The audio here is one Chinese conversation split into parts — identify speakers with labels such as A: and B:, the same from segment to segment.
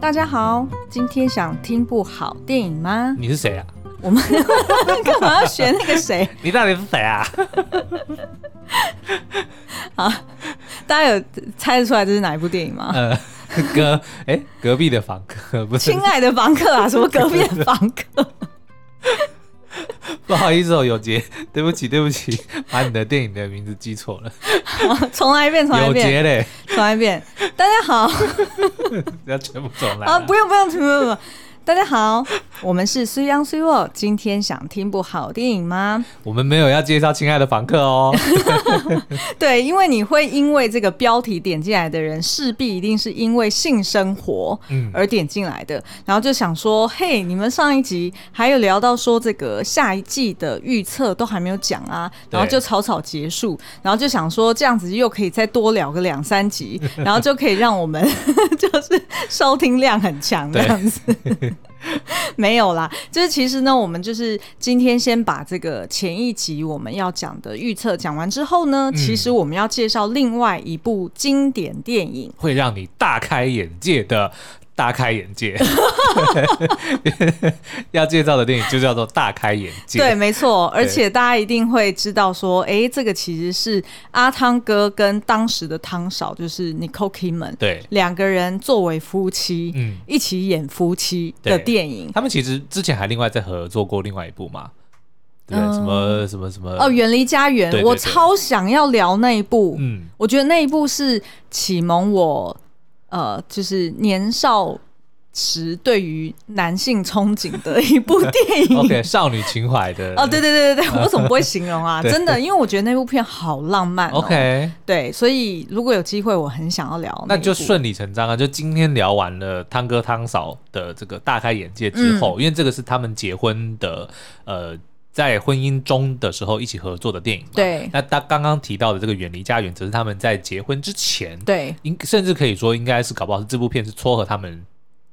A: 大家好，今天想听部好电影 吗？
B: 你是谁啊？
A: 我们干嘛要学那个谁？
B: 你到底是谁啊？
A: 大家有猜得出来这是哪一部电影吗？
B: 呃，隔哎、隔壁的房客不是
A: 亲，爱的房客 啊，什么隔壁的房客？
B: 不好意思哦，有杰， 对不起对不起，把你的电影的名字记错了，
A: 啊 重来一遍，重来一
B: 有
A: 遍，
B: 杰嘞，
A: 重来一遍。大家好
B: 要全部重来
A: 啊，不用不用不用不用。不用大家好，我们是虽央虽沃，今天想听部好电影吗？
B: 我们没有要介绍亲爱的房客哦，
A: 对，因为你会因为这个标题点进来的人，势必一定是因为性生活
B: 嗯
A: 而点进来的，然后就想说，嘿，你们上一集还有聊到说这个下一季的预测都还没有讲啊，然后
B: 对
A: 就草草结束，然后就想说这样子又可以再多聊个两三集，然后就可以让我们就是收听量很强这
B: 对
A: 样子。 没有啦，就是其实呢，我们就是今天先把这个前一集我们要讲的预测讲完之后呢，
B: 嗯
A: 其实我们要介绍另外一部经典电影。
B: 会让你大开眼界的。大开眼 界，要介绍的电影就叫做《大开眼界》。
A: 对，没错，而且大家一定会知道说，哎，这个其实是阿汤哥跟当时的汤嫂，就是 Nicole Kidman
B: 对
A: 两个人作为夫妻，
B: 嗯
A: 一起演夫妻的
B: 对
A: 电影。
B: 他们其实之前还另外再合作过另外一部嘛，对不对，
A: 嗯
B: 什么什么什么，
A: 哦，《远离家园》
B: 对对
A: 我
B: 对
A: 超想要聊那一部，
B: 嗯，
A: 我觉得那一部是启蒙我，呃，就是年少时对于男性憧憬的一部电影。
B: OK，少女情怀的
A: 哦，对对对对 对，我怎么不会形容啊？
B: 对
A: 真的，因为我觉得那部片好浪漫、哦。
B: ，OK，
A: 对，所以如果有机会，我很想要聊
B: 那
A: 一部
B: 就顺理成章啊。就今天聊完了汤哥汤嫂的这个大开眼界之
A: 嗯
B: 后，因为这个是他们结婚的，呃，在婚姻中的时候一起合作的电影嘛。
A: 对
B: 那他刚刚提到的这个《远离家园》，则是他们在结婚之前，
A: 对，
B: 应甚至可以说应该是搞不好是这部片是撮合他们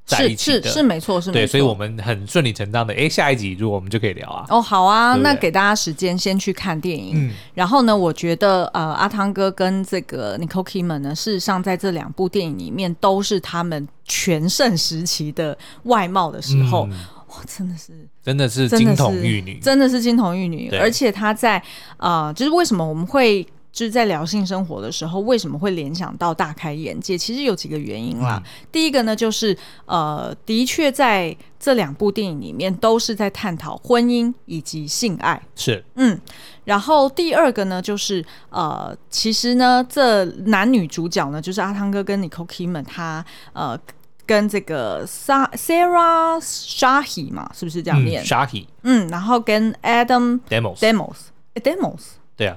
B: 在一
A: 是
B: 起
A: 是
B: 的。
A: 是没错，是没错。
B: 对，所以我们很顺理成章的，诶，下一集如果我们就可以聊啊。
A: 哦，好啊，
B: 对不
A: 那
B: 对嗯
A: 给大家时间先去看电影。然后呢，我觉得呃，阿汤哥跟这个 Nicole Kidman 呢，事实上在这两部电影里面都是他们全盛时期的外貌的时候，
B: 嗯
A: 哇，真的是
B: 真的是
A: 真的
B: 金
A: 是
B: 童玉女，
A: 真的是金童玉女。
B: 对
A: 而且她在啊、呃就是为什么我们会。就是在聊性生活的时候，为什么会联想到大开眼界？其实有几个原因啦。
B: 嗯
A: 第一个呢，就是呃，的确在这两部电影里面都是在探讨婚姻以及性爱。
B: 是
A: 嗯，然后第二个呢，就是呃，其实呢，这男女主角呢，就是阿汤哥跟 Nicole Kidman，他呃跟这个 Sa- Sarah Shahi 嘛，是不是这样念？
B: Shahi
A: 嗯然后跟 Adam
B: Demos，
A: Demos、诶 Demos
B: 对啊，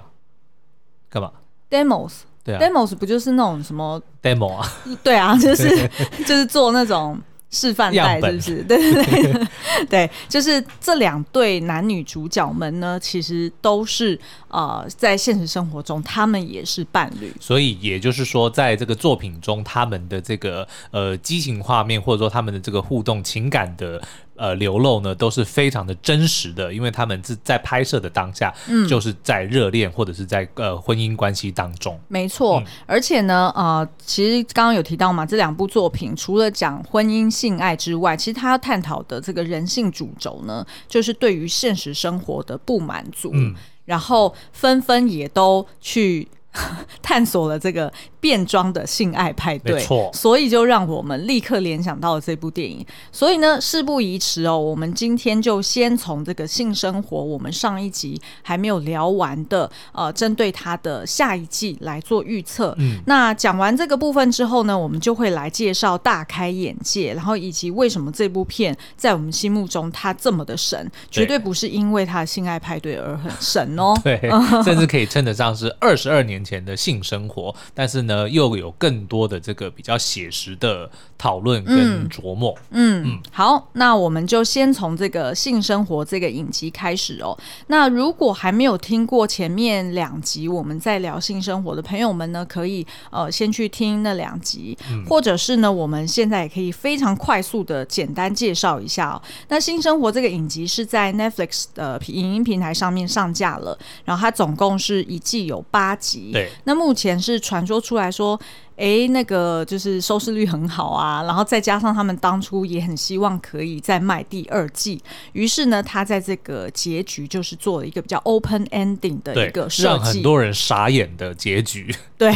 B: 干嘛？
A: Demos
B: 对啊
A: Demos 不就是那种什么？
B: ，demo 啊，
A: 对啊，就是 就是做那种。示范带
B: 样
A: 是
B: 本
A: 不是？对对对 对，就是这两对男女主角们呢，其实都是呃，在现实生活中他们也是伴侣，
B: 所以也就是说，在这个作品中，他们的这个呃激情画面，或者说他们的这个互动情感的呃流露呢，都是非常的真实的，因为他们是在拍摄的当下，
A: 嗯
B: 就是在热恋或者是在呃婚姻关系当 中，
A: 没错，
B: 嗯
A: 而且呢，呃，其实刚刚有提到嘛，这两部作品除了讲婚姻、性爱之外，其实它要探讨的这个人性主轴呢，就是对于现实生活的不满足，
B: 嗯
A: 然后纷纷也都去 探索了这个变装的性爱派对，
B: 没错
A: 所以就让我们立刻联想到了这部电影。所以呢，事不宜迟哦，我们今天就先从这个性生活，我们上一集还没有聊完的，呃，针对它的下一季来做预测。
B: 嗯
A: 那讲完这个部分之后呢，我们就会来介绍大开眼界，然后以及为什么这部片在我们心目中它这么的神，绝对
B: 对。
A: 不是因为它的性爱派对而很神哦
B: 对，甚至可以称得上是二十二年前的性生活，但是呢，又有更多的这个比较写实的讨论跟琢磨。
A: 嗯，好，那我们就先从这个性生活这个影集开始哦。那如果还没有听过前面两集我们在聊性生活的朋友们呢，可以呃先去听那两集，或者是呢，我们现在也可以非常快速的简单介绍一下哦。那性生活这个影集是在 Netflix 的影音平台上面上架了，然后它总共是一季有八集，
B: 对，
A: 那目前是传说出来说，诶，那个就是收视率很好啊，然后再加上他们当初也很希望可以再卖第二季，于是呢，他在这个结局就是做了一个比较 open ending 的
B: 对
A: 一个，设
B: 让很
A: 计。
B: 多人傻眼的结局。
A: 对，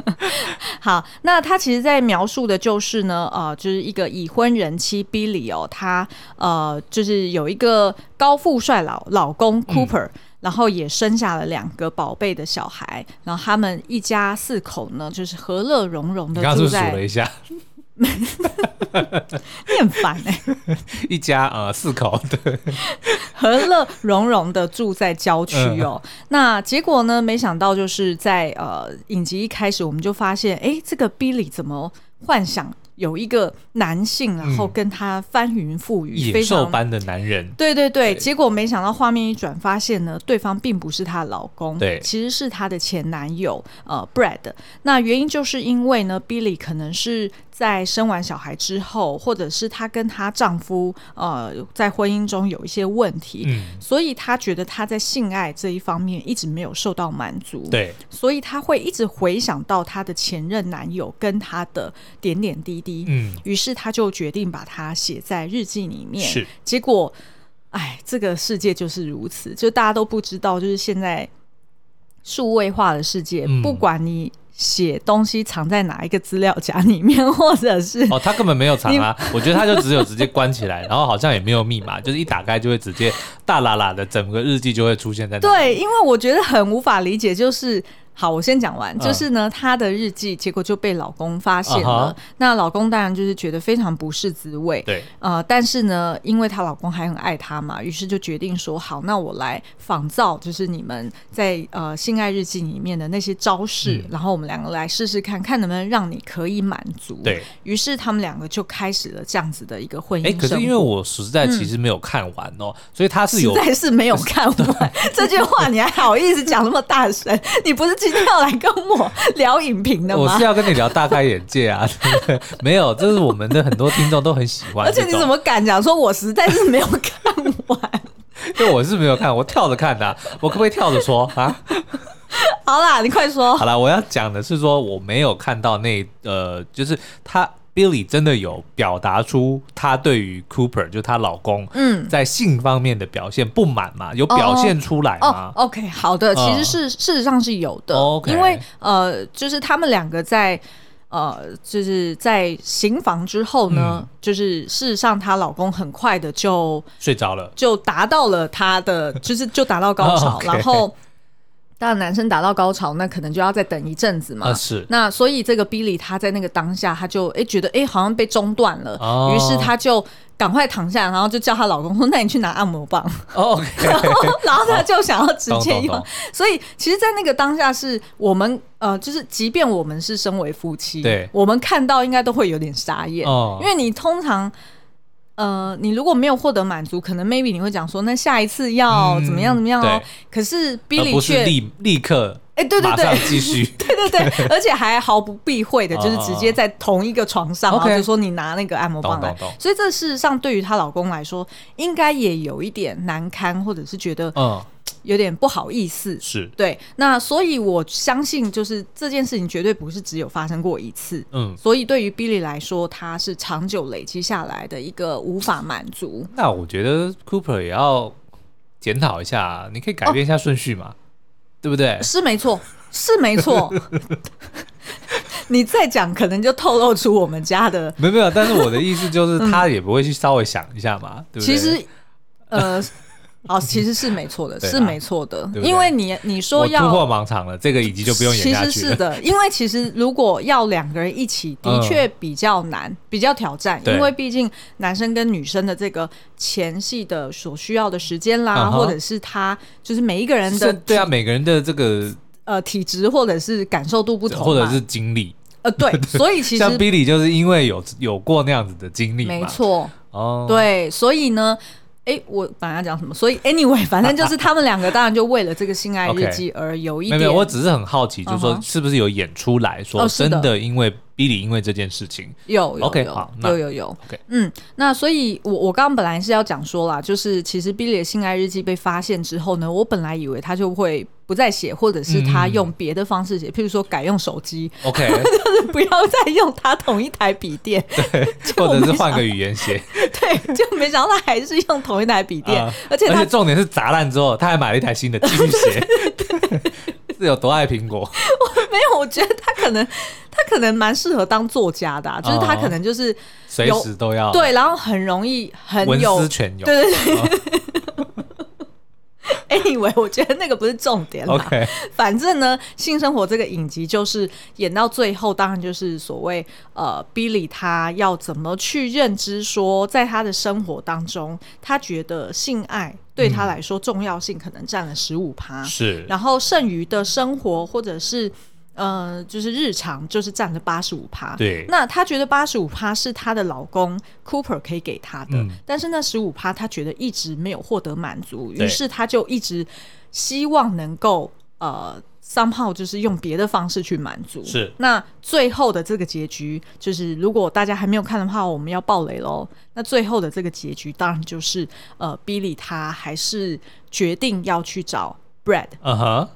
A: 好，那他其实，在描述的就是呢，呃，就是一个已婚人妻 Billy 哦，她呃，就是有一个高富帅老老公
B: 嗯
A: Cooper，、然后也生下了两个宝贝的小孩，然后他们一家四口呢，就是和乐融融
B: 你
A: 的
B: 刚刚
A: 住
B: 是不是数
A: 在，
B: 了一下，
A: 你很 烦哎、
B: 一家呃四口的，
A: 和乐融融的住在郊区
B: 嗯
A: 哦。那结果呢？没想到就是在呃影集一开始，我们就发现，哎，这个 Billy 怎么幻想有一个男性，然后跟他翻云覆雨，
B: 野
A: 非
B: 兽
A: 常。
B: 般的男人，
A: 对对对，
B: 对
A: 结果没想到画面一转，发现呢，对方并不是她老公，
B: 对
A: 其实是她的前男友，呃，Brad。那原因就是因为呢，Billy 可能是在生完小孩之后，或者是她跟她丈夫呃在婚姻中有一些问题，
B: 嗯，
A: 所以她觉得她在性爱这一方面一直没有受到满足，
B: 对，
A: 所以她会一直回想到她的前任男友跟她的点点滴滴，
B: 嗯，
A: 于是她就决定把它写在日记里面。
B: 是，
A: 结果，哎，这个世界就是如此，就大家都不知道，就是现在数位化的世界，
B: 嗯
A: 不管你写东西藏在哪一个资料夹里面， 或者是
B: 哦，他根本没有藏啊， 我觉得他就只有直接关起来，然后好像也没有密 码，就是一打开就会直接大喇喇的整个日记就会出现在那。，
A: 对，因为我觉得很无法理解，就是好，我先讲完，
B: 嗯
A: 就是呢，她的日记结果就被老公发现了
B: 啊哈
A: 那老公当然就是觉得非常不是滋味，
B: 对，
A: 呃，但是呢，因为她老公还很爱她嘛，于是就决定说，好，那我来仿造，就是你们在呃性爱日记里面的那些招式，
B: 嗯
A: 然后我们两个来试试看，看能不能让你可以满足。
B: 对
A: 于是，他们两个就开始了这样子的一个婚姻
B: 哎，可是因为
A: 生活
B: 我实在其实没有看完哦，所以他是
A: 实
B: 有
A: 在是没有看 完这句话，你还好意思讲那么大声？你不是今天要来跟我聊影评的
B: 我
A: 吗
B: 是？要跟你聊大开眼界 啊，对不对？没有，这是我们的很多听众都很喜欢
A: 而
B: 这种。
A: 且你怎么敢讲说我实在是没有看完？
B: 对，我是没有看，我跳着看的啊、我可不可以跳着说啊？
A: 好啦，你快说
B: 好。啦，我要讲的是说，我没有看到那呃，就是他 Billy 真的有表达出他对于 Cooper 就她老公
A: 嗯，
B: 在性方面的表现不满嘛，有表现出来
A: 哦
B: 吗？
A: ，OK，好的，
B: 嗯
A: 其实是、事实上是有的
B: 哦 OK
A: 因为呃，就是他们两个在。呃，就是在行房之后呢，
B: 嗯
A: 就是事实上她老公很快的就
B: 睡着了，
A: 就达到了他 的，就是就达到高潮，
B: 哦 OK
A: 然后当然男生达到高潮，那可能就要再等一阵子嘛。
B: 啊是
A: 那所以这个 Billy 他在那个当下，他就诶觉得诶好像被中断了，于、
B: 哦
A: 是他就赶快躺下，然后就叫她老公说：“那你去拿按摩棒。
B: 哦 OK，
A: 然后”然后他就想要直
B: 懂
A: 接
B: 懂
A: 用
B: 懂。，
A: 所以其实，在那个当下，是我们呃，就是即便我们是身为夫妻，
B: 对
A: 我们看到应该都会有点傻眼，
B: 哦
A: 因为你通常。呃，你如果没有获得满足，可能 maybe 你会讲说，那下一次要
B: 嗯
A: 怎么样怎么样哦
B: 对。
A: 可是
B: 而
A: Billy
B: 不
A: 却
B: 是，立立刻
A: 哎，对对
B: 马上
A: 对，
B: 继续
A: 对对对， 而且还毫不避讳的，就是直接在同一个床上，然后
B: 哦 OK
A: 就说你拿那个按摩棒来
B: 懂懂懂。
A: 所以这事实上对于她老公来说，应该也有一点难堪，或者是觉得
B: 嗯
A: 有点不好意思。
B: 是
A: 对，那所以我相信，就是这件事情绝对不是只有发生过一次。
B: 嗯。
A: 所以对于 Billy 来说，他是长久累积下来的一个无法满足。
B: 那我觉得 Cooper 也要检讨一下，你可以改变一下顺序
A: 哦
B: 嘛，对不对？
A: 是没错，是没错。 你再讲，可能就透露出我们家的。
B: 没有没有，但是我的意思就是，他也不会去稍微想一下嘛，对
A: 嗯
B: 不对？
A: 其实，呃，哦，其实是没错的，
B: 对啊
A: 是没错的，
B: 对不对
A: 因为你你说
B: 我突破
A: 要。
B: 盲场了，这个以及就不用演
A: 其
B: 下
A: 实
B: 去
A: 是
B: 了。
A: 的，因为其实如果要两个人一起，的
B: 嗯
A: 确比较难，比较挑战，
B: 对
A: 因为毕竟男生跟女生的这个前戏的所需要的时间啦，
B: 嗯哼
A: 或者是他就是每一个人的
B: 是对啊，每个人的这个
A: 呃体质或者是感受度不同嘛，
B: 或者是经历，
A: 呃对， 所以其
B: 像
A: 实
B: Billy 就是因为有有过那样子的经历嘛，
A: 没错，
B: 哦，
A: 对，所以呢。诶，我本来要讲什么，所以 anyway，反正就是他们两个当然就为了这个性爱日 记而有一
B: 没有
A: 点
B: 没有，我只是很好奇，就是
A: 嗯
B: 说
A: 哼
B: 是不是有演出来说
A: 哦是
B: 真
A: 的
B: 的因为 Billy 因为这件 事情，
A: 有有
B: OK，
A: 有
B: 好那
A: 有有有
B: OK
A: 嗯，那所以我我刚刚本来是要讲说啦，就是其实 Billy 的性爱日记被发现之后呢，我本来以为他就会不再写，或者是
B: 嗯
A: 他用别的方式写，譬如说改用手机，
B: OK，
A: 不要再用他同一台笔电。
B: 或者是换个语 言写，
A: 对，就没想到他还是用同一台笔电，
B: 啊
A: 而且
B: 而
A: 他
B: 且重点是砸烂之后，他还买了一台新的继续 写， 是有多爱苹果？
A: 没有，我觉得他可能他可能蛮适合当作家的、啊，就是他
B: 哦
A: 可能就是、
B: 随时都要
A: 对，然后很容易很
B: 文
A: 有
B: 思泉涌。
A: 对对 对。Anyway，我觉得那个不是重点啦。
B: OK，
A: 反正呢，《性生活》这个影集就是演到最后，当然就是所谓呃，Billy 他要怎么去认知说，在他的生活当中，他觉得性爱对他来说重要性可能占了十五趴，
B: 是
A: 嗯然后剩余的生活或者是呃，就是日常就是占了八十五趴。
B: 对
A: 那她觉得八十五趴是她的老公 Cooper 可以给她的，
B: 嗯
A: 但是那十五趴她觉得一直没有获得满足，
B: 对
A: 于是她就一直希望能够呃。somehow 就是用别的方式去满足，
B: 是
A: 那最后的这个结局，就是如果大家还没有看的话，我们要爆雷喽。那最后的这个结局，当然就是呃，Billy 他还是决定要去找 Brad，
B: 嗯哼，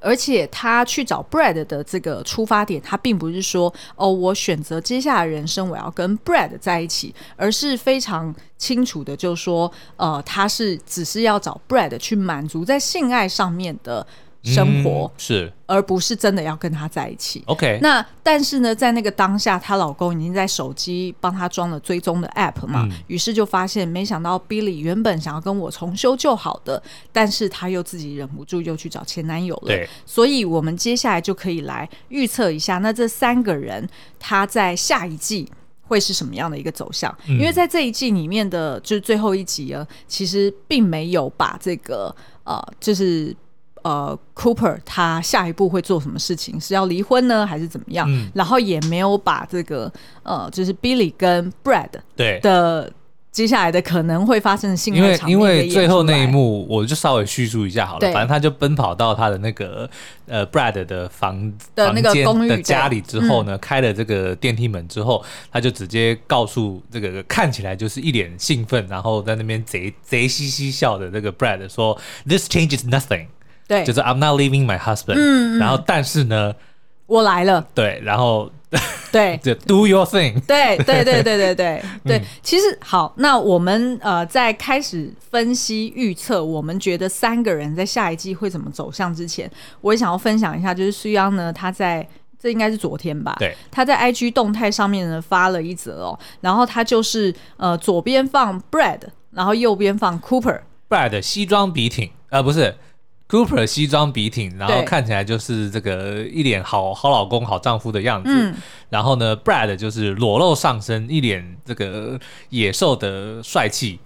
A: 而且他去找 Brad 的这个出发点，他并不是说哦，我选择接下来人生我要跟 Brad 在一起，而是非常清楚的，就说呃，他是只是要找 Brad 去满足在性爱上面的生活
B: 嗯，是
A: 而不是真的要跟他在一起。
B: OK，
A: 那但是呢，在那个当下，她老公已经在手机帮她装了追踪的 app 嘛
B: 嗯，
A: 于、是就发现，没想到 Billy 原本想要跟我重修旧好的，但是她又自己忍不住又去找前男友了。
B: 对，
A: 所以我们接下来就可以来预测一下，那这三个人他在下一季。会是什么样的一个走向？
B: 嗯
A: 因为在这一季里面的，就是最后一集啊，其实并没有把这个呃，就是呃，Cooper 他下一步会做什么事情，是要离婚呢，还是怎么样？
B: 嗯
A: 然后也没有把这个呃，就是 Billy 跟 Brad
B: 对。
A: 的接下来的可能会发生的性
B: 因
A: 爱
B: 为
A: 场面
B: 因
A: 给
B: 为
A: 演
B: 最后
A: 出来
B: 那一幕，我就稍微叙述一下好了。
A: 对
B: 反正他就奔跑到他的那个呃 Brad 的房
A: 的嗯那个
B: 房间
A: 公寓
B: 的
A: 对
B: 家里之后呢，开了这个电梯门之后，他就直接告诉这个看起来就是一脸兴奋，然后在那边贼贼嘻嘻笑的这个 Brad 说：“This changes nothing。”
A: 对嗯
B: 就，是 I'm not leaving my husband。然后但是呢，
A: 我来了，
B: 对，然后
A: 对，
B: 就 do your thing。
A: 对对对对对对对，其实好，那我们呃在开始分析预测，我们觉得三个人在下一季会怎么走向之前，我也想要分享一下，就是苏央呢，他在这应该是昨天吧，
B: 对，
A: 他在 IG 动态上面呢发了一则哦，然后他就是呃左边放 Bread，然后右边放 Cooper，
B: Brad 西装笔挺，呃，不是 Cooper 西装笔挺，然后
A: 对
B: 看起来就是这个一脸好好老公、好丈夫的样子。
A: 嗯
B: 然后呢，Brad 就是裸露上身，一脸这个野兽的帅气。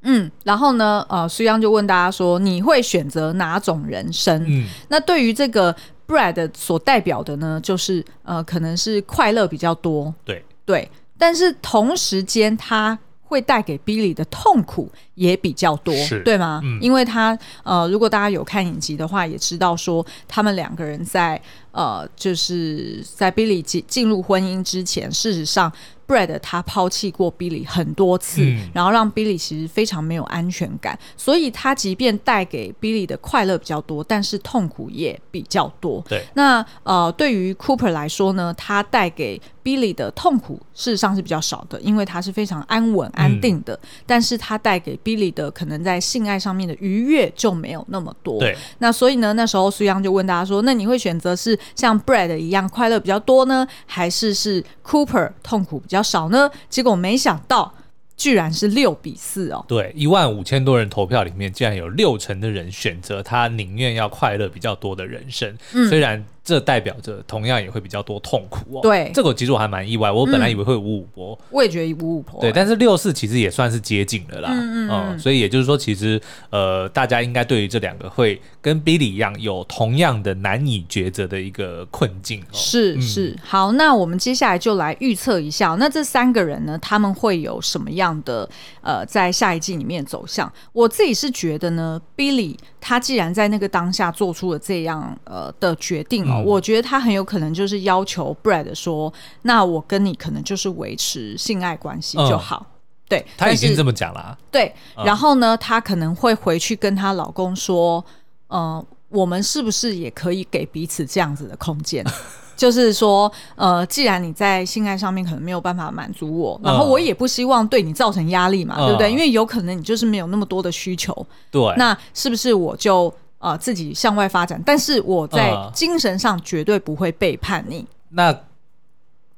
A: 嗯，然后呢，呃，苏央就问大家说，你会选择哪种人生？
B: 嗯，
A: 那对于这个 Brad 所代表的呢，就是呃，可能是快乐比较多，
B: 对，
A: 对，但是同时间他会带给 Billy 的痛苦也比较多
B: 是，
A: 对吗？
B: 嗯
A: 因为他呃，如果大家有看影集的话，也知道说他们两个人在呃，就是在 Billy 进进入婚姻之前，事实上。Brad 他抛弃过 Billy 很多次，
B: 嗯
A: 然后让 Billy 其实非常没有安全感，所以他即便带给 Billy 的快乐比较多，但是痛苦也比较多。
B: 对，
A: 那呃，对于 Cooper 来说呢，他带给 Billy 的痛苦事实上是比较少的，因为他是非常安稳安定的，
B: 嗯
A: 但是他带给 Billy 的可能在性爱上面的愉悦就没有那么多。
B: 对，
A: 那所以呢，那时候苏央就问大家说：“那你会选择是像 Brad 一样快乐比较多呢，还是是 Cooper 痛苦比较少呢？”结果没想到，居然是六比四哦。
B: 对，一万五千多人投票里面，竟然有六成的人选择他宁愿要快乐比较多的人生，
A: 嗯
B: 虽然这代表着同样也会比较多痛苦哦。
A: 对嗯
B: 这个其实我还蛮意外，我本来以为会五五波，
A: 我也觉得五五婆。
B: 对，但是六四其实也算是接近了啦，哦
A: 嗯嗯嗯
B: 所以也就是说，其实呃，大家应该对于这两个会跟 Billy 一样有同样的难以抉择的一个困境哦。
A: 是
B: 嗯
A: 是，好，那我们接下来就来预测一下哦，那这三个人呢，他们会有什么样的呃，在下一季里面走向？我自己是觉得呢，Billy 他既然在那个当下做出了这样呃的决定哦，
B: 嗯
A: 我觉得他很有可能就是要求 Brad 说，那我跟你可能就是维持性爱关系就
B: 嗯
A: 好。对，
B: 他已
A: 但
B: 经
A: 是
B: 这么讲了啊，
A: 对，
B: 嗯
A: 然后呢，她可能会回去跟她老公说，呃，我们是不是也可以给彼此这样子的空 间？就是说，呃，既然你在性爱上面可能没有办法满足我，然后我也不希望对你造成压力嘛，
B: 嗯
A: 对不对？因为有可能你就是没有那么多的需求，
B: 对，
A: 那是不是我就呃自己向外发展？但是我在
B: 嗯
A: 精神上绝对不会背叛你。
B: 那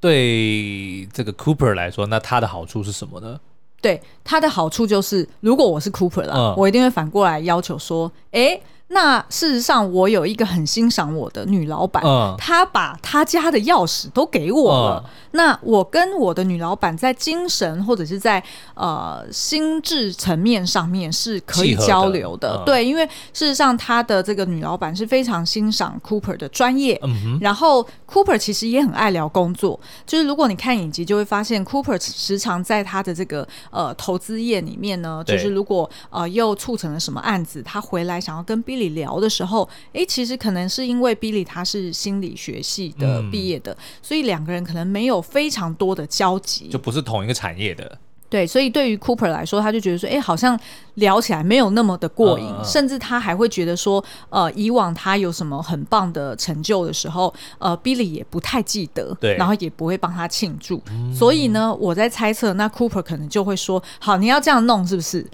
B: 对这个 Cooper 来说，那他的好处是什么呢？
A: 对它的好处就是，如果我是 Cooper 啦，
B: 嗯
A: 我一定会反过来要求说，诶，那事实上我有一个很欣赏我的女老板，
B: 嗯
A: 她把她家的钥匙都给我了，
B: 嗯
A: 那我跟我的女老板在精神或者是在呃心智层面上面是可以
B: 契合的
A: 交流的，
B: 嗯
A: 对，因为事实上她的这个女老板是非常欣赏 Cooper 的专业，
B: 嗯哼，
A: 然后 Cooper 其实也很爱聊工作，就是如果你看影集，就会发现 Cooper 时常在他的这个呃投资业里面呢，
B: 对
A: 就是如果呃又促成了什么案子，他回来想要跟 Billy 聊的时候，诶，其实可能是因为 Billy 他是心理学系的
B: 嗯
A: 毕业的，所以两个人可能没有非常多的交集，
B: 就不是同一个产业的，
A: 对，所以对于 Cooper 来说，他就觉得说，哎、好像聊起来没有那么的过瘾，
B: 嗯嗯嗯
A: 甚至他还会觉得说，呃，以往他有什么很棒的成就的时候，呃，Billy 也不太记得，
B: 对嗯
A: 然后也不会帮他庆祝。所以呢，我在猜测，那 Cooper 可能就会说，好，你要这样弄是不是？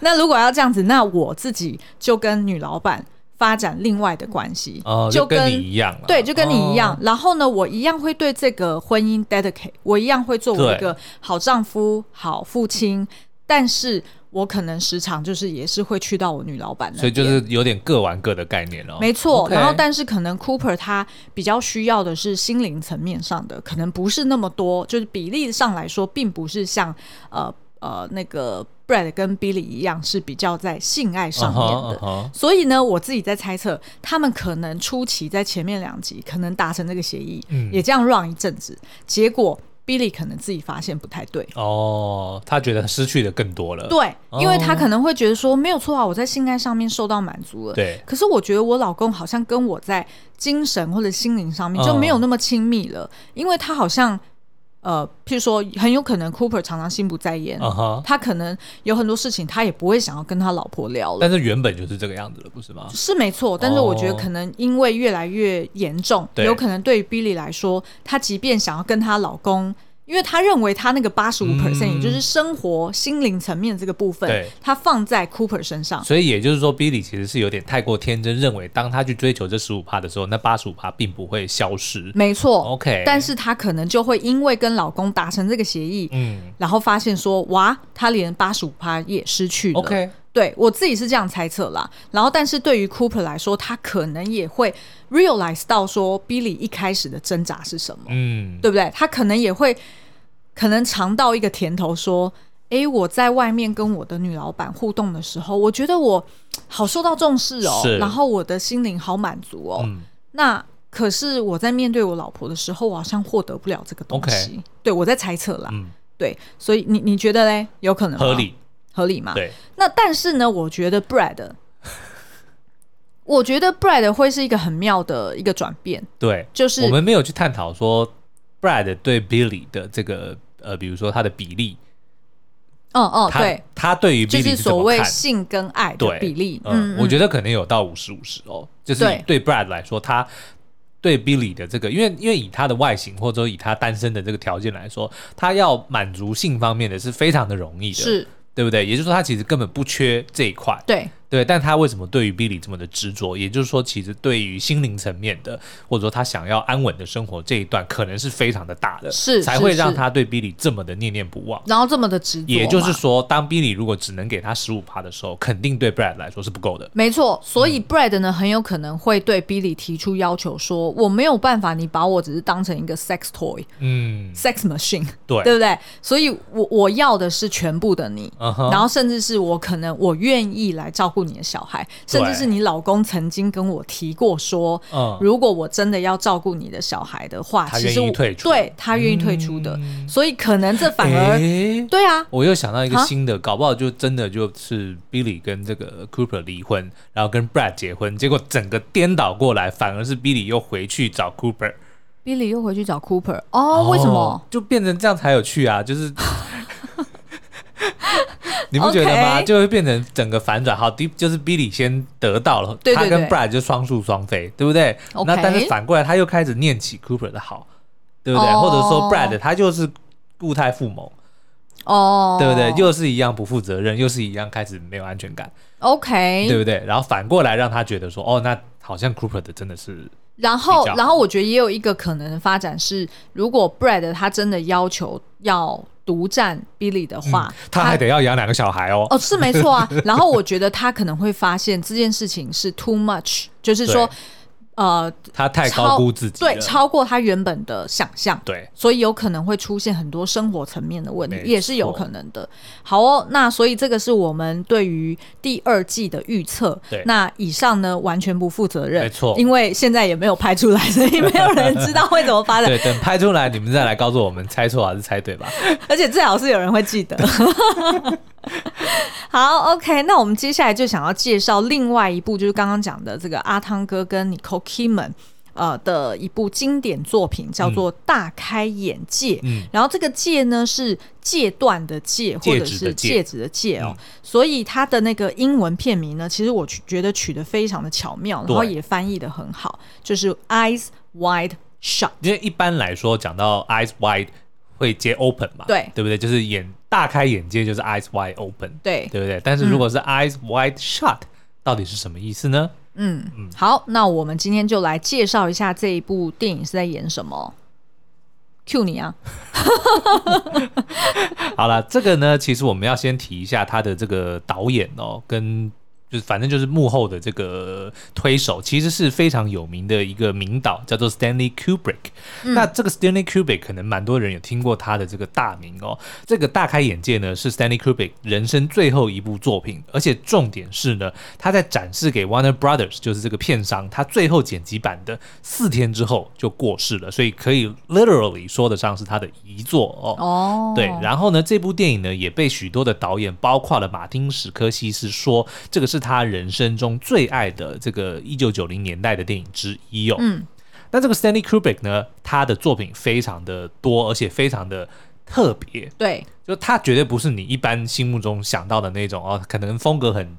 A: 那如果要这样子，那我自己就跟女老板发展另外的关系，
B: 哦，
A: 就
B: 跟
A: 跟
B: 你一样了，
A: 对，就跟你一样。
B: 哦，
A: 然后呢，我一样会对这个婚姻 dedicate，我一样会做我
B: 对
A: 一个好丈夫、好父亲，但是我可能时常就是也是会去到我女老板那边。
B: 所以就是有点各玩各的概念哦，
A: 没错
B: OK
A: 然后但是可能 Cooper 他比较需要的是心灵层面上的，可能不是那么多，就是比例上来说，并不是像呃呃那个 Brad 跟 Billy 一样是比较在性爱上面的。
B: 嗯哼嗯哼
A: 所以呢，我自己在猜测，他们可能初期在前面两集可能达成这个协议，
B: 嗯
A: 也这样 run 一阵子，结果 Billy 可能自己发现不太对。
B: 哦，他觉得失去的更多了，
A: 对，因为他
B: 哦
A: 可能会觉得说，没有错啊，我在性爱上面受到满足了。
B: 对
A: 可是我觉得我老公好像跟我在精神或者心灵上面
B: 嗯
A: 就没有那么亲密了，因为他好像呃，譬如说，很有可能 Cooper 常常心不在焉，
B: 嗯哼，
A: 他可能有很多事情他也不会想要跟他老婆聊了。
B: 但是原本就是这个样子了，不是吗？
A: 是没错，但是我觉得
B: 哦
A: 可能因为越来越严重，
B: 对
A: 有可能对于 Billy 来说，她即便想要跟她老公，因为她认为她那个八十五 percent，
B: 嗯
A: 也就是生活心灵层面这个部分
B: 对，
A: 她放在 Cooper 身上，
B: 所以也就是说，Billy 其实是有点太过天真，认为当他去追求这十五趴的时候，那八十五趴并不会消失。
A: 没错。
B: OK，
A: 但是她可能就会因为跟老公达成这个协议，
B: 嗯
A: 然后发现说，哇，她连八十五趴也失去了。
B: ，OK，
A: 对我自己是这样猜测啦。然后，但是对于 Cooper 来说，他可能也会 realize 到说，Billy 一开始的挣扎是什么。
B: 嗯，
A: 对不对？他可能也会可能尝到一个甜头，说：“诶，我在外面跟我的女老板互动的时候，我觉得我好受到重视哦
B: 是，
A: 然后我的心灵好满足哦。
B: 嗯
A: 那可是我在面对我老婆的时候，我好像获得不了这个东西。对我在猜测啦，
B: 嗯，
A: 对，所以你你觉得嘞？有可能吗
B: 合理，
A: 合理吗？
B: 对，
A: 那但是呢，我觉得 Brad，我觉得 Brad 会是一个很妙的一个转变，
B: 对，
A: 就是
B: 我们没有去探讨说 Brad 对 Billy 的这个呃，比如说他的比例，
A: 嗯嗯，
B: 他
A: 对。
B: 他对于
A: 就
B: Billy
A: 是
B: 是怎
A: 所
B: 么
A: 谓
B: 看？
A: 性跟爱的
B: 对
A: 比例，
B: 嗯，我觉
A: 得
B: 得可能有到五十五十哦，就是
A: 对
B: 对 Brad 来说，他对 Billy 的这个，因为因为以他的外形或者说以他单身的这个条件来说，他要满足性方面的是非常的容易的，
A: 是
B: 对不对？也就是说，他其实根本不缺这一块。
A: 对，
B: 对，但他为什么对于 Billy 这么的执着？也就是说，其实对于心灵层面的，或者说他想要安稳的生活这一段，可能是非常的大的，
A: 是
B: 才
A: 是
B: 会让
A: 是
B: 他对 Billy 这么的念念不忘。
A: 然后这么的执着嘛，
B: 也就是说，当 Billy 如果只能给他十五趴的时候，肯定对 Brad 来说是不够的。
A: 没错，所以 Brad 呢很有可能会对 Billy 提出要求说，我没有办法，你把我只是当成一个 sex toy、
B: 嗯，
A: sex machine，
B: 对，
A: 对不对？所以我我要的是全部的你。
B: 嗯哼，
A: 然后，甚至是我可能我愿意来照顾你的小孩，
B: 对
A: 甚至是你老公曾经跟我提过说，
B: 嗯，
A: 如果我真的要照顾你的小孩的话，
B: 他
A: 其实
B: 愿意
A: 我
B: 退出嗯
A: 对他愿意退出的，所以可能这反而、
B: 诶
A: 对啊，
B: 我又想到一个
A: 哈
B: 新的，搞不好就真的就是 Billy 跟这个 Cooper 离婚，然后跟 Brad 结婚，结果整个颠倒过来，反而是 Billy 又回去找 Cooper。
A: Billy 又回去找 Cooper 哦哦，为什么？？
B: 就变成这样才有趣啊！就是你不觉得吗
A: OK
B: 就会变成整个反转。好，D 就是 Billy 先得到了，
A: 对对
B: 他
A: 对
B: 跟 Brad 就双宿双飞，对不对
A: OK
B: 那但是反过来，他又开始念起 Cooper 的好，对不对
A: 哦
B: 或者说 Brad 他就是固态附萌，
A: 哦，
B: 对不对？又是一样不负责任，又是一样开始没有安全感，
A: OK，
B: 对不对？然后反过来让他觉得说，哦，那好像 Cooper 的真的是
A: 然后
B: 比较，好
A: 然后我觉得也有一个可能的发展是，如果 Brad 他真的要求要独占 Billy 的话，
B: 嗯他还得要养两个小孩哦。
A: 哦是没错 啊。然后我觉得他可能会发现这件事情是 too much，就是说
B: 对
A: 呃，
B: 他太
A: 超
B: 高估自己了，
A: 对，超过他原本的想象。
B: 对
A: 所以有可能会出现很多生活层面的问题
B: 没，错
A: 也是有可能的。好哦，那所以这个是我们对于第二季的预测
B: 对。
A: 那以上呢完全不负责任，
B: 没错
A: 因为现在也没有拍出来，所以没有人知道会怎么发展，
B: 对，等拍出来你们再来告诉我们 猜错还是猜对吧？
A: 而且最好是有人会记得。 好，OK，那我们接下来就想要介绍另外一部，就是刚刚讲的这个阿汤哥跟 Nicole Kidman 呃的一部经典作品，叫做《大开眼界》。
B: 嗯
A: 然后这个戒呢是戒断的戒，或
B: 戒
A: 者
B: 指
A: 是
B: 的戒
A: 戒指的戒哦，
B: 嗯
A: 所以它的那个英文片名呢，其实我取觉得取得非常的巧妙，然
B: 对
A: 后也翻译的很好，就是 Eyes Wide Shut。
B: 因为一般来说讲到 eyes wide 会接 open 嘛，
A: 对
B: 对不对？就是眼大开眼界，就是 eyes wide open，
A: 对，嗯
B: 对不对？但是如果是 eyes wide shut，、到底是什么意思呢？
A: 好，那我们今天就来介绍一下这一部电影是在演什么。Q 你 啊，
B: 好了，这个呢，其实我们要先提一下他的这个导演哦，跟就是反正就是幕后的这个推手，其实是非常有名的一个名导，叫做 Stanley Kubrick。那这个 Stanley Kubrick 可能蛮多人有听过他的这个大名哦。这个大开眼界呢，是 Stanley Kubrick 人生最后一部作品，而且重点是呢，他在展示给 Warner Brothers，就是这个片商，他最后剪辑版的四天之后就过世了，所以可以 literally 说得上是他的遗作哦。
A: 哦，
B: 对，然后呢，这部电影呢也被许多的导演，包括了马丁·史科西斯说，这个是他人生中最爱的这个一九九零年代的电影之一哦。
A: 嗯，
B: 那这个 Stanley Kubrick 呢，他的作品非常的多，而且非常的特别，
A: 对，
B: 就他绝对不是你一般心目中想到的那种哦，可能风格很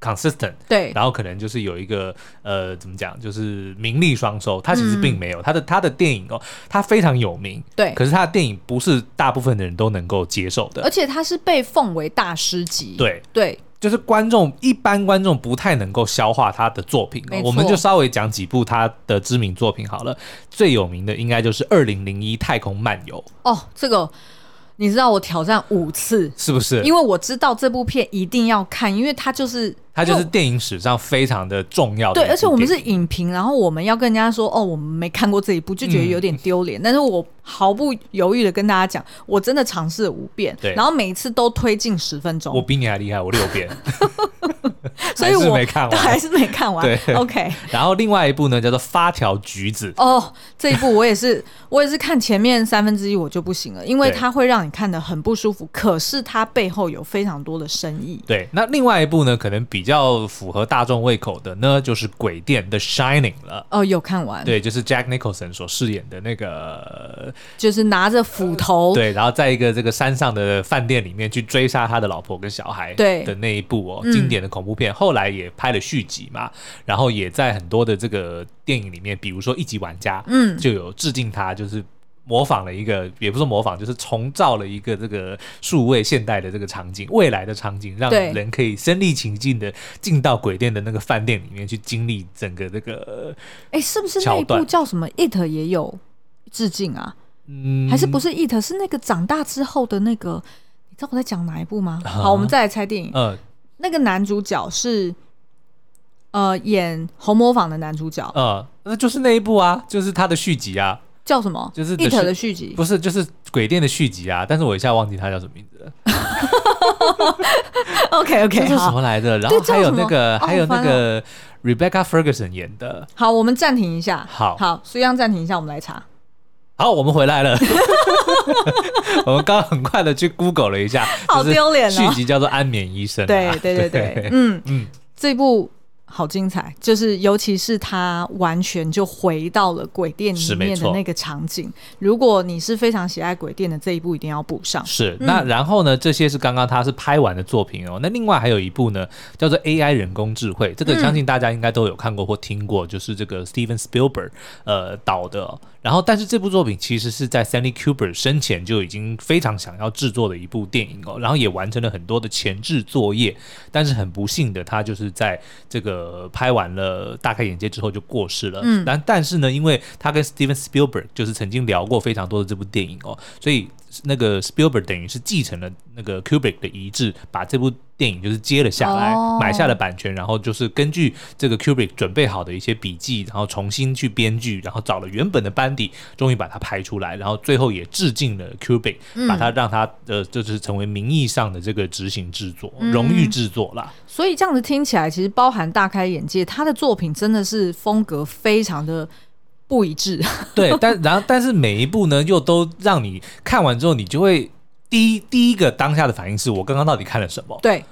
B: consistent，
A: 对，
B: 然后可能就是有一个呃，怎么讲，就是名利双收。他其实并没有，他的他的电影哦，他非常有名，
A: 嗯对
B: 可是他的电影不是大部分的人都能够接受
A: 而
B: 的，
A: 且它是被奉为大师级，
B: 对。
A: 对，
B: 就是观众一般观众不太能够消化他的作品、哦
A: 没，错
B: 我们就稍微讲几部他的知名作品好了。最有名的应该就是二零零一《太空漫游》，
A: 哦，这个你知道我挑战五次，
B: 是不是？
A: 因为我知道这部片一定要看，因为它就是
B: 它就
A: 因
B: 是
A: 为
B: 电影史上非常的重要的
A: 对，
B: 一部
A: 而且我们是
B: 电影
A: 影评，然后我们要跟人家说哦，我们没看过这一部，就觉得有点丢脸。
B: 嗯
A: 但是我毫不犹豫的跟大家讲，我真的尝试了五遍，
B: 对
A: 然后每一次都推进十分
B: 我
A: 钟，
B: 比你还厉害，我六 遍，
A: 所以
B: 还是
A: 我
B: 没看完
A: 还是没看完。
B: 对
A: o k
B: 然后另外一部呢叫做《发条橘子》，
A: 哦，这一部我也是，我也是看前面三分之一我就不行了，因为
B: 对
A: 它会让你看得很不舒服，可是它背后有非常多的深意。
B: 对，那另外一部呢，可能比较符合大众胃口的呢，就是《鬼店》的《Shining》了。
A: 哦，有看完，
B: 对，就是 Jack Nicholson 所饰演的那个，
A: 就是拿着斧头，
B: 对，然后在一个这个山上的饭店里面去追杀他的老婆跟小孩，
A: 对
B: 的那一部哦，
A: 嗯
B: 经典的恐怖片，后来也拍了续集嘛，然后也在很多的这个电影里面，比如说《一级玩家》，
A: 嗯
B: 就有致敬他，就是模仿了一个，也不是模仿，就是重造了一个这个数位现代的这个场景，未来的场景，让
A: 对
B: 人可以身临其境的进到鬼店的那个饭店里面去经历整个这个，
A: 哎，是不是那一
B: 桥
A: 部
B: 段
A: 叫什么《It》也有致敬啊？
B: 嗯，
A: 还是不是 It，是那个长大之后的那个，你知道我在讲哪一部
B: 啊
A: 吗？好，我们再来猜电影。
B: 呃
A: 那个男主角是呃演《红模坊》的男主角，
B: 呃，那就是那一部啊，就是他的续集啊，
A: 叫什么？
B: 就是
A: It
B: The
A: 的续集。
B: 不是就是鬼店的续集啊，但是我一下忘记他叫什么名 字了，
A: OK
B: 这
A: OK，
B: 是什
A: 好
B: 么来的？然后
A: 哦对叫
B: 还有
A: 什么
B: 那个
A: 哦
B: 还有
A: 好
B: 那
A: 烦哦
B: 个 Rebecca Ferguson 演的，
A: 好，我们暂停一下。
B: 好
A: 好，苏央暂停一下，我们来查。
B: 好，我们回来了。 我们刚刚很快的去 Google 了一下，
A: 好
B: 就是
A: 丢脸哦
B: 续集叫做《安眠医生》啊。
A: 对对对对，嗯
B: 嗯
A: 这部好精彩！就是尤其是他完全就回到了鬼店
B: 是
A: 里
B: 没
A: 面的
B: 错
A: 那个场景。如果你是非常喜爱鬼店的，这一部一定要补上。
B: 是，那然后呢？这些是刚刚他是拍完的作品哦。那另外还有一部呢，叫做 AI 人工智慧，这个相信大家应该都有看过或听过，就是这个 Steven Spielberg 呃导的哦、然后，但是这部作品其实是在 Stanley Kubrick 生前就已经非常想要制作的一部电影哦，然后也完成了很多的前置作业，但是很不幸的，他就是在这个拍完了《大开眼界》之后就过世了。嗯，但但是呢，因为他跟 Steven Spielberg 就是曾经聊过非常多的这部电影哦，所以那个 Spielberg 等于是继承了那个 Kubrick 的遗志，把这部电影就是接了下来，
A: 哦
B: 买下了版权，然后就是根据这个 Kubrick 准备好的一些笔记，然后重新去编剧，然后找了原本的班底，终于把它拍出来，然后最后也致敬了 Kubrick，、把它让它呃就是成为名义上的这个执行制作、荣誉制作啦。
A: 所以这样子听起来，其实包含大开眼界，他的作品真的是风格非常的不一致。
B: 对，但然后但是每一部呢，又都让你看完之后，你就会第一第一个当下的反应是我刚刚到底看了什么，
A: 对，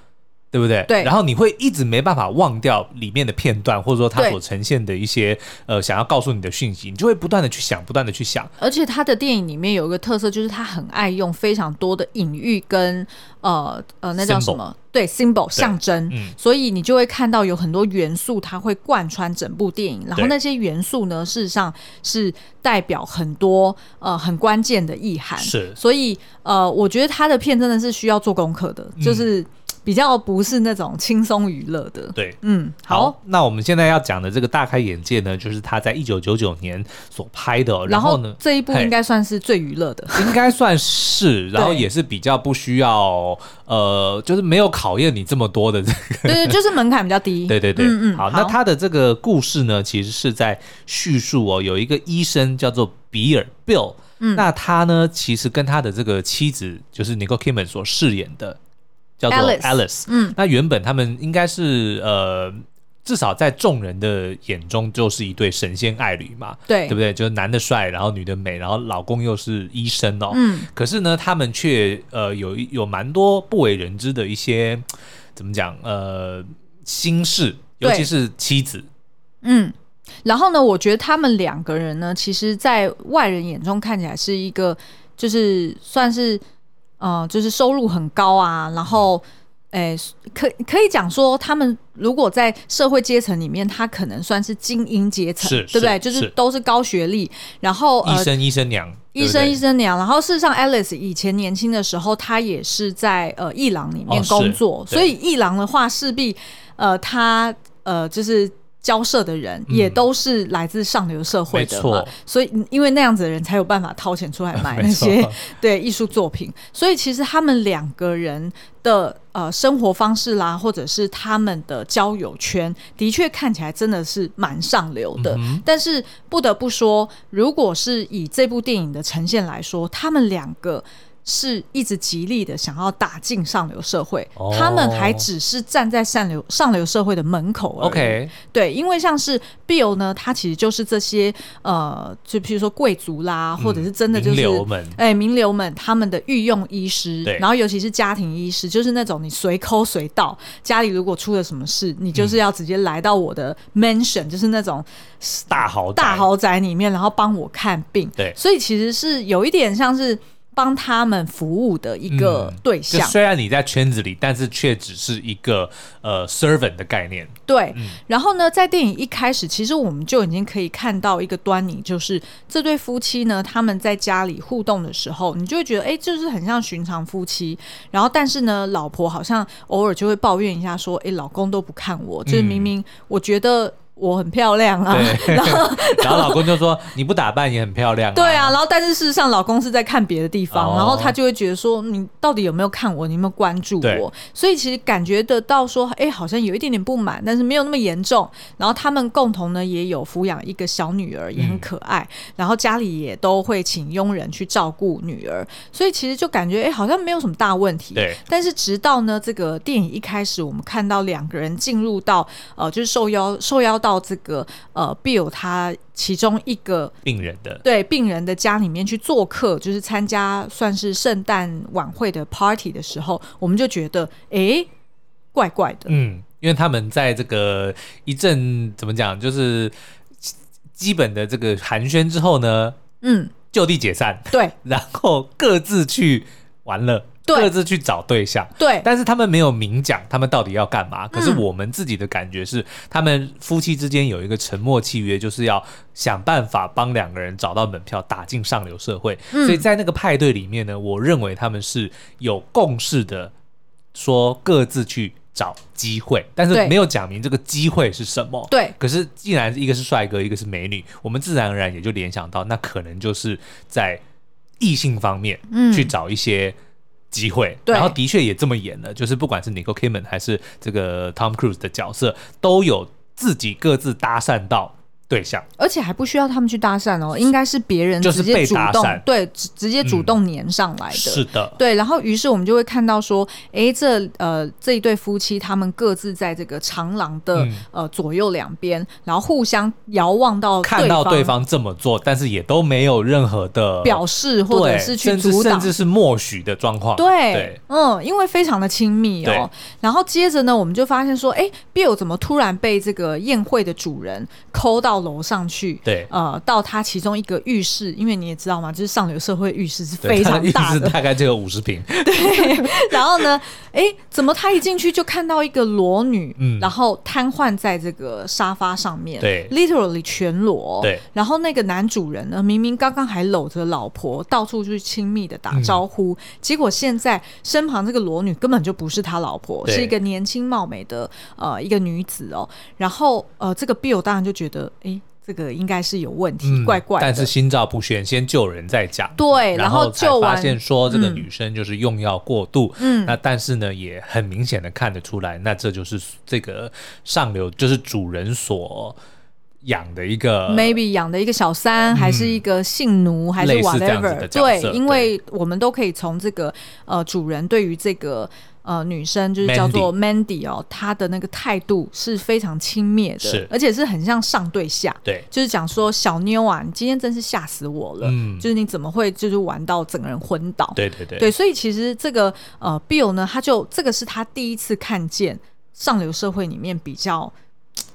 B: 对不对？
A: 对
B: 然后你会一直没办法忘掉里面的片段，或者说它
A: 对
B: 所呈现的一些呃想要告诉你的讯息，你就会不断的去想，不断的去想。
A: 而且他的电影里面有一个特色，就是他很爱用非常多的隐喻跟呃呃，那叫什么？对，symbol 象征。
B: 嗯
A: 所以你就会看到有很多元素，它会贯穿整部电影。然后
B: 对
A: 那些元素呢，事实上是代表很多呃很关键的意涵。
B: 是
A: 所以呃，我觉得他的片真的是需要做功课的，
B: 嗯
A: 就是比较不是那种轻松娱乐的。
B: 对。
A: 嗯，好。，
B: 那我们现在要讲的这个大开眼界呢，就是他在一九九九年所拍的哦、然
A: 然
B: 后呢，
A: 这一部
B: 嘿
A: 应该算是最娱乐的。
B: 应该算是，然后
A: 对
B: 也是比较不需要，呃，就是没有考验你这么多的这个
A: 对对，就是门槛比较低。
B: 对对对，
A: 嗯嗯，
B: 好，那他的这个故事呢，其实是在叙述哦，有一个医生叫做比尔 Bill，、那
A: 嗯
B: 他呢，其实跟他的这个妻子就是 Nicole Kidman 所饰演的叫做
A: Alice
B: Alice，
A: 嗯，
B: 那原本他们应该是呃。至少在众人的眼中，就是一对神仙爱侣嘛，
A: 对
B: 对不对？就是男的帅，然后女的美，然后老公又是医生哦。
A: 嗯，
B: 可是呢，他们却呃有一有蛮多不为人知的一些怎么讲呃心事，尤
A: 对
B: 其是妻子，
A: 嗯，然后呢，我觉得他们两个人呢，其实，在外人眼中看起来是一个，就是算是，呃，就是收入很高啊，然后，诶、可可以讲说，他们如果在社会阶层里面，他可能算是精英阶层，
B: 是
A: 对不对？
B: 是
A: 就是
B: 是
A: 都是高学历，然后呃
B: 医，生医生娘，
A: 医
B: 对
A: 生
B: 不对
A: 医生娘，然后事实上，Alice 以前年轻的时候，她也是在呃伊朗里面
B: 哦是
A: 工作，
B: 对
A: 所以伊朗的话，势必呃她呃就是交涉的人、也都是来自上流社会的
B: 嗯没
A: 嘛
B: 错，
A: 所以因为那样子的人才有办法掏钱出来买那
B: 没错
A: 些对艺术作品，所以其实他们两个人的呃生活方式啦，或者是他们的交友圈，的确看起来真的是蛮上流的。
B: 嗯
A: 但是不得不说，如果是以这部电影的呈现来说，他们两个。是一直极力的想要打进上流社会，
B: 哦
A: 他们还只是站在上流上流社会的门口而已。
B: OK，
A: 对，因为像是 Bill 呢，他其实就是这些呃，就譬如说贵族啦，或者是真的就是
B: 嗯名流们
A: 哎、名流们他们的御用医师
B: 对，
A: 然后尤其是家庭医师，就是那种你随抠随到，家里如果出了什么事，你
B: 嗯
A: 就是要直接来到我的 mansion，、就是那种
B: 大豪宅
A: 大豪宅里面，然后帮我看病。
B: 对
A: 所以其实是有一点像是帮他们服务的一个
B: 嗯
A: 对
B: 就
A: 象。
B: 虽然你在圈子里，但是却只是一个呃 servant 的概念，
A: 对，然后呢，在电影一开始，其实我们就已经可以看到一个端倪，就是这对夫妻呢，他们在家里互动的时候，你就会觉得，哎，就是很像寻常夫妻。然后，但是呢，老婆好像偶尔就会抱怨一下，说，哎，老公都不看我，就是明明我觉得我很漂亮啊，
B: 对。然后老公就说：“你不打扮也很漂亮。”
A: 对啊，，然后但是事实上，老公是在看别的地方，
B: 哦
A: 然后他就会觉得说，你到底有没有看我？你有没有关注
B: 对
A: 我？所以其实感觉得到说，哎，好像有一点点不满，但是没有那么严重。然后他们共同呢也有抚养一个小女儿，也很可爱。
B: 嗯
A: 然后家里也都会请佣人去照顾女儿，所以其实就感觉哎，好像没有什么大问题。
B: 对
A: 但是直到呢，这个电影一开始，我们看到两个人进入到呃，就是受邀受邀到这个呃 Bill 他其中一个
B: 病人的
A: 对病人的家里面去做客，就是参加算是圣诞晚会的 party 的时候，我们就觉得诶怪怪的。
B: 嗯，因为他们在这个一阵怎么讲，就是基本的这个寒暄之后呢，
A: 嗯，
B: 就地解散，
A: 对
B: 然后各自去玩了，
A: 对
B: 各自去找对象。
A: 对，
B: 但是他们没有明讲他们到底要干嘛。可是
A: 嗯
B: 我们自己的感觉是，他们夫妻之间有一个沉默契约，就是要想办法帮两个人找到门票，打进上流社会。
A: 嗯
B: 所以在那个派对里面呢，我认为他们是有共识的，说各自去。找机会，但是
A: 对
B: 没有讲明这个机会是什么。
A: 对
B: 可是既然一个是帅哥，一个是美女，我们自然而然也就联想到，那可能就是在异性方面
A: 嗯
B: 去找一些机会。
A: 对
B: 然后的确也这么演了，就是不管是 Nicole Kidman 还是这个 Tom Cruise 的角色，都有自己各自搭讪到对象。
A: 而且还不需要他们去搭讪哦，应该是别人
B: 就是
A: 直接
B: 被
A: 主
B: 搭
A: 动，
B: 讪
A: 对，直直接主
B: 嗯
A: 动粘上来的。
B: 是的，
A: 哎对，然后于是我们就会看到说，诶，这呃这一对夫妻他们各自在这个长廊的、
B: 嗯
A: 呃左右两边，然后互相遥望到
B: 看到对方这么做，但是也都没有任何的
A: 表示，或者
B: 对
A: 是去
B: 甚至
A: 阻
B: 甚
A: 挡。
B: 至是默许的状况。
A: 对，
B: 对
A: 嗯，因为非常的亲密哦
B: 对。
A: 然后接着呢，我们就发现说，诶 b i l l 怎么突然被这个宴会的主人抠到楼上去？
B: 对
A: 呃，到他其中一个浴室，因为你也知道嘛，就是上流社会浴室是
B: 对
A: 非
B: 他
A: 常
B: 意
A: 大
B: 思
A: 的，
B: 大概就有五十平，
A: 然后呢，哎，怎么他一进去就看到一个裸女，
B: 嗯
A: 然后瘫痪在这个沙发上面，
B: 对
A: ，literally 全裸。
B: 对
A: 然后那个男主人呢，明明刚刚还搂着老婆，到处去亲密的打招呼，
B: 嗯
A: 结果现在身旁这个裸女根本就不是他老婆，
B: 对
A: 是一个年轻貌美的呃一个女子哦。然后呃，这个 Bill 当然就觉得，哎，这个应该是有问题，怪怪的。
B: 嗯但是心照不宣，先救人再讲。
A: 对，
B: 然
A: 后
B: 才
A: 救
B: 发
A: 完，
B: 现说这个
A: 嗯
B: 女生就是用药过度。
A: 嗯
B: 那但是呢，也很明显的看得出来，那这就是这个上流，就是主人所养的一个
A: maybe 养的一个小三，还是一个性奴，还是
B: 嗯类似这样子
A: whatever，
B: 的角色
A: 因为我们都可以从这个呃主人对于这个呃女生就是
B: Mandy
A: 叫做 Mandy 哦，她的那个态度是非常轻蔑的
B: 是，
A: 而且是很像上对下。
B: 对
A: 就是讲说小妞啊，你今天真是吓死我了！
B: 嗯
A: 就是你怎么会就是玩到整个人昏倒？
B: 对对对
A: 对，所以其实这个呃，Bill 呢，他就这个是他第一次看见上流社会里面比较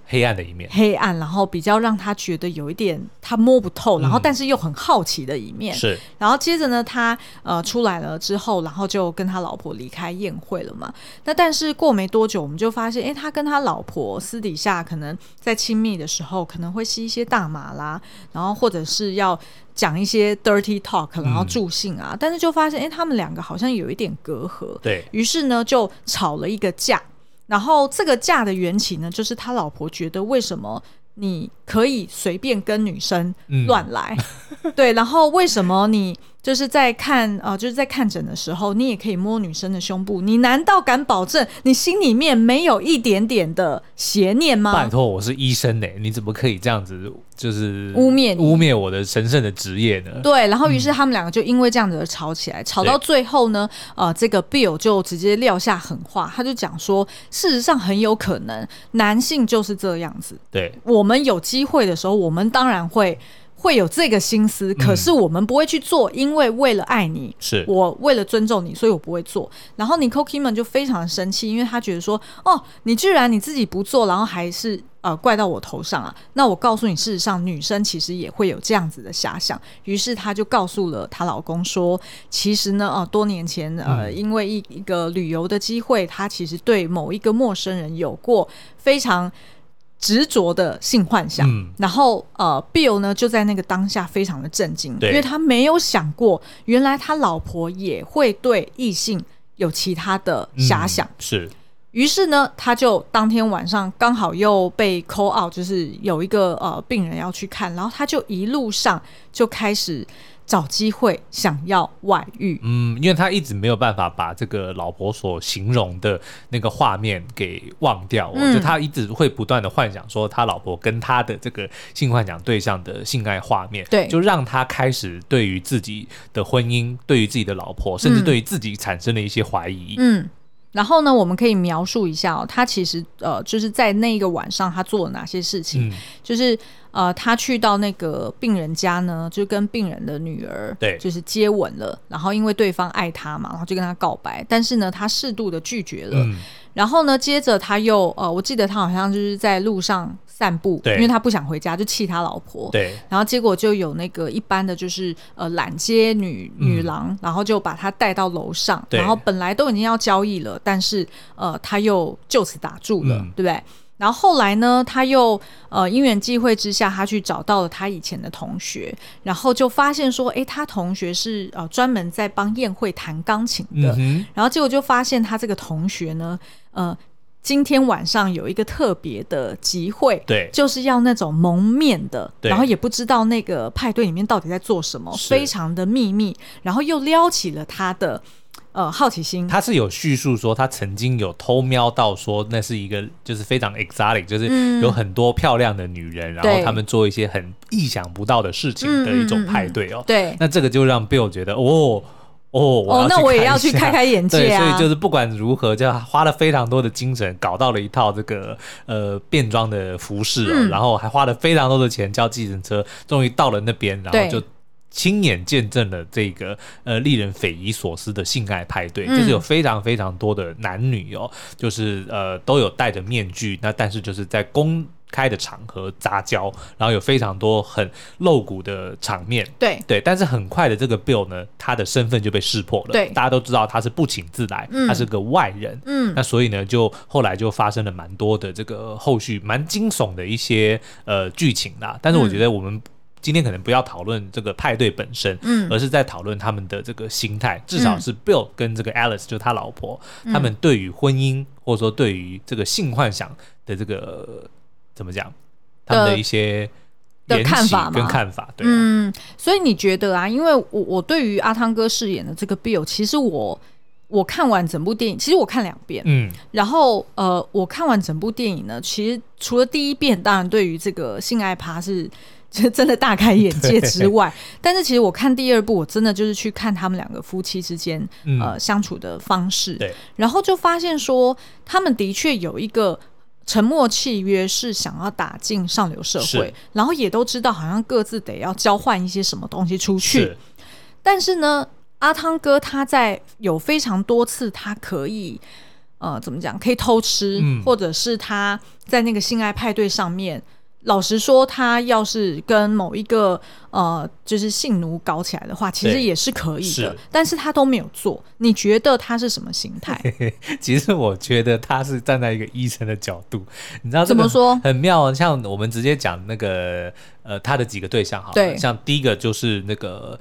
B: 黑暗的一面
A: 黑暗，然后比较让他觉得有一点他摸不透，然后但是又很好奇的一面。
B: 是
A: 然后接着呢，他呃出来了之后，然后就跟他老婆离开宴会了嘛。那但是过没多久，我们就发现，诶，他跟他老婆私底下可能在亲密的时候，可能会吸一些大麻啦，然后或者是要讲一些 dirty talk，然后助兴啊。但是就发现，诶，他们两个好像有一点隔阂。
B: 对
A: 于是呢，就吵了一个架。然后这个架的缘起呢，就是他老婆觉得为什么你可以随便跟女生
B: 嗯
A: 乱 来，对，然后为什么你就是在看呃就是在看诊的时候，你也可以摸女生的胸部，你难道敢保证你心里面没有一点点的邪念
B: 拜
A: 吗？
B: 托，我是医生呢、你怎么可以这样子就是
A: 污蔑你
B: 污蔑我的神圣的职业呢？
A: 对，然后于是他们两个就因为这样子而吵起来，吵到最后呢，呃，这个 Bill 就直接撂下狠话，他就讲说，事实上很有可能男性就是这样子，
B: 对
A: 我们有机会的时候，我们当然会会有这个心思，可是我们不会去做，因为为了爱你。
B: 是
A: 我为了尊重你，所以我不会做。然后 Nicole Kidman 就非常生气，因为他觉得说，哦，你居然你自己不做，然后还是呃怪到我头上啊。那我告诉你，事实上女生其实也会有这样子的遐想。于是她就告诉了她老公说，其实呢，呃，多年前呃，
B: 嗯
A: 因为一一个旅游的机会，她其实对某一个陌生人有过非常。执着的性幻想，
B: 嗯
A: 然后呃，Bill 呢就在那个当下非常的震惊，
B: 对
A: 因为他没有想过，原来他老婆也会对异性有其他的遐想。
B: 嗯是
A: 于是呢，他就当天晚上刚好又被 call out，就是有一个呃病人要去看，然后他就一路上就开始找机会想要外遇。
B: 嗯，因为他一直没有办法把这个老婆所形容的那个画面给忘掉、哦，
A: 嗯
B: 就他一直会不断的幻想说他老婆跟他的这个性幻想对象的性爱画面，
A: 对
B: 就让他开始对于自己的婚姻、对于自己的老婆，甚至对于自己产生了一些怀疑。
A: 嗯，然后呢，我们可以描述一下哦，他其实呃就是在那一个晚上他做了哪些事情，
B: 嗯
A: 就是呃他去到那个病人家呢，就跟病人的女儿
B: 对
A: 就是接吻了，然后因为对方爱他嘛，然后就跟他告白，但是呢他适度的拒绝了，
B: 嗯
A: 然后呢，接着他又呃，我记得他好像就是在路上散步，
B: 对
A: 因为他不想回家，就气他老婆。
B: 对，
A: 然后结果就有那个一般的，就是呃揽街女女郎，然后就把她带到楼上，
B: 嗯对
A: 然后本来都已经要交易了，但是呃他又就此打住了，
B: 嗯
A: 对不对？然后后来呢，他又呃因缘际会之下，他去找到了他以前的同学，然后就发现说，诶，他同学是呃专门在帮宴会弹钢琴的，
B: 嗯哼，
A: 然后结果就发现他这个同学呢，呃，今天晚上有一个特别的集会，
B: 对
A: 就是要那种蒙面的，
B: 对
A: 然后也不知道那个派对里面到底在做什么，
B: 是
A: 非常的秘密，然后又撩起了他的呃好奇心。
B: 他是有叙述说，他曾经有偷瞄到说，那是一个就是非常 exotic，就是有很多漂亮的女人，然
A: 嗯
B: 后
A: 对嗯
B: 他们做一些很意想不到的事情的一种派对哦。
A: 对，
B: 那这个就让 Bill 觉得哦。哦，我
A: 哦
B: 要
A: 那我也要
B: 去
A: 去
B: 一下
A: 开开眼界啊
B: 对，所以就是不管如何，就花了非常多的精神，搞到了一套这个呃变装的服饰、哦，
A: 嗯
B: 然后还花了非常多的钱叫计程车，终于到了那边，然
A: 对
B: 后就亲眼见证了这个呃令人匪夷所思的性爱派对，
A: 嗯
B: 就是有非常非常多的男女哦，就是呃都有戴着面具，那但是就是在公开的场合杂交，然后有非常多很露骨的场面。
A: 对，
B: 对，但是很快的，这个 Bill 呢，他的身份就被识破了。
A: 对
B: 大家都知道他是不请自来，他是个外人。
A: 嗯，
B: 那所以呢，就后来就发生了蛮多的这个后续蛮惊悚的一些呃剧情啦。但是
A: 嗯
B: 我觉得我们今天可能不要讨论这个派对本身，
A: 嗯
B: 而是在讨论他们的这个心态，至少是 Bill 跟这个 Alice 就是他老婆，
A: 嗯
B: 他们对于婚姻或者说对于这个性幻想的这个呃怎么讲，他们的
A: 的
B: 一些
A: 呃的
B: 言
A: 看
B: 起
A: 法
B: 跟
A: 吗
B: 看法，对啊、
A: 嗯，所以你觉得啊？因为我我对于阿汤哥饰演的这个 Bill，其实我我看完整部电影，其实我看两遍，
B: 嗯，
A: 然后呃，我看完整部电影呢，其实除了第一遍，当然对于这个性爱趴是。 就真的大开眼界之外，但是其实我看第二部，我真的就是去看他们两个夫妻之间、
B: 嗯
A: 呃相处的方式，
B: 对，
A: 然后就发现说，他们的确有一个沉默契约，是想要打进上流社会
B: 是，
A: 然后也都知道好像各自得要交换一些什么东西出去，
B: 是
A: 但是呢，阿汤哥他在有非常多次，他可以呃怎么讲，可以偷吃，
B: 嗯
A: 或者是他在那个性爱派对上面。老实说，他要是跟某一个呃，就是性奴搞起来的话，其实
B: 对
A: 也是可以的
B: 是，
A: 但是他都没有做。你觉得他是什么心 态？
B: 其实我觉得他是站在一个医生的角度，你知道这
A: 怎
B: 个
A: 么说
B: 很妙哦。像我们直接讲那个呃，他的几个对象好了，
A: 对
B: 像第一个就是那个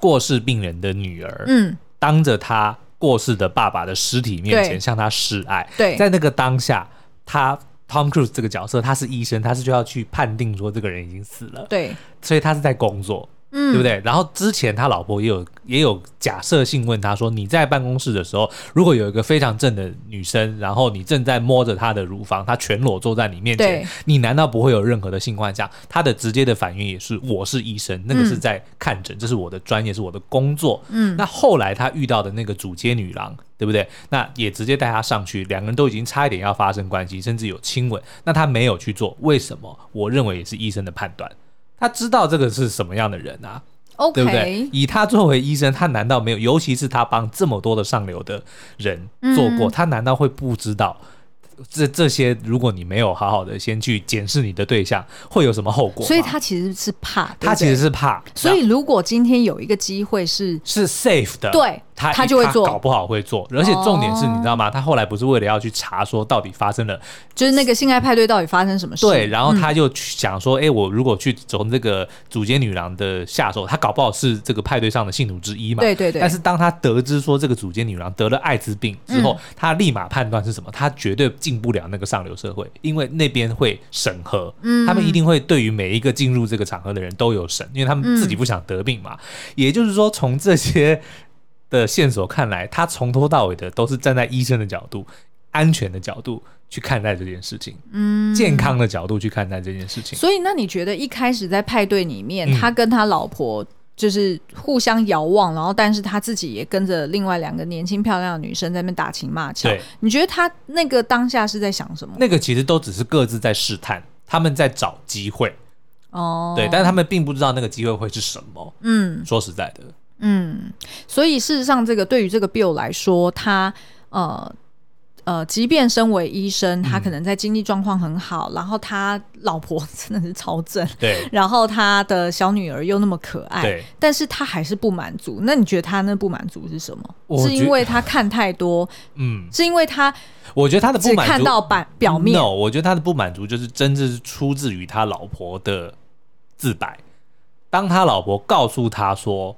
B: 过世病人的女儿，
A: 嗯，
B: 当着他过世的爸爸的尸体面
A: 对
B: 前向他示爱，
A: 对
B: 在那个当下，他 Tom Cruise 这个角色他是医生，他是就要去判定说这个人已经死了，
A: 对，
B: 所以他是在工作，
A: 嗯
B: 对不对？然后之前他老婆也有也有假设性问他说，你在办公室的时候，如果有一个非常正的女生，然后你正在摸着她的乳房，她全裸坐在你面
A: 对
B: 前，你难道不会有任何的性幻想？他的直接的反应也是，我是医生，那个
A: 嗯
B: 是在看诊，这是我的专业，是我的工作。嗯，那后来他遇到的那个主街女郎。对不对？那也直接带她上去，两个人都已经差一点要发生关系，甚至有亲吻。那他没有去做，为什么？我认为也是医生的判断。他知道这个是什么样的人啊，对不对
A: ，OK，？
B: 以他作为医生，他难道没有？尤其是他帮这么多的上流的人
A: 嗯
B: 做过，他难道会不知道？这这些，如果你没有好好的先去检视你的对象，会有什么后果吗？
A: 所以他其实是怕，对不
B: 他其实
A: 对
B: 是怕，
A: 所以如果今天有一个机会是，
B: 是 safe 的，
A: 对
B: 他
A: 他就会做
B: 搞不好会做。而且重点是，
A: 哦
B: 你知道吗？他后来不是为了要去查说到底发生了
A: 就是那个性爱派对到底发生什么事？嗯
B: 对，然后他就去想说，哎、我如果去从这个主街女郎的下手，他搞不好是这个派对上的信徒之一嘛。
A: 对对对
B: 但是当他得知说这个主街女郎得了艾滋病之
A: 嗯
B: 后，他立马判断是什么？他绝对进不了那个上流社会，因为那边会审核，
A: 嗯
B: 他们一定会对于每一个进入这个场合的人都有审，因为他们
A: 嗯
B: 自己不想得病嘛。也就是说，从这些的线索看来，他从头到尾的都是站在医生的角度、安全的角度去看待这件事情，嗯，健康的角度去看待这件事情。
A: 所以，那你觉得一开始在派对里面，
B: 嗯
A: 他跟他老婆就是互相遥望，然后但是他自己也跟着另外两个年轻漂亮的女生在那边打情骂俏
B: 对。
A: 你觉得他那个当下是在想什么？
B: 那个其实都只是各自在试探，他们在找机会，
A: 哦，
B: 对，但是他们并不知道那个机会会是什么。
A: 嗯
B: 说实在的，
A: 嗯，所以事实上，这个对于这个 Bill 来说，他呃。呃，即便身为医生，
B: 嗯
A: 他可能在经济状况很好，然后他老婆真的是超正，
B: 对
A: 然后他的小女儿又那么可爱，
B: 对，
A: 但是他还是不满足。那你觉得他那不满足是什么？
B: 我
A: 是
B: 觉
A: 因为他看太多，
B: 嗯，
A: 是因为他
B: 我觉得他的不
A: 只
B: 满足
A: 看到版表面
B: No，我觉得他的不满足就是真正是出自于他老婆的自白。当他老婆告诉他说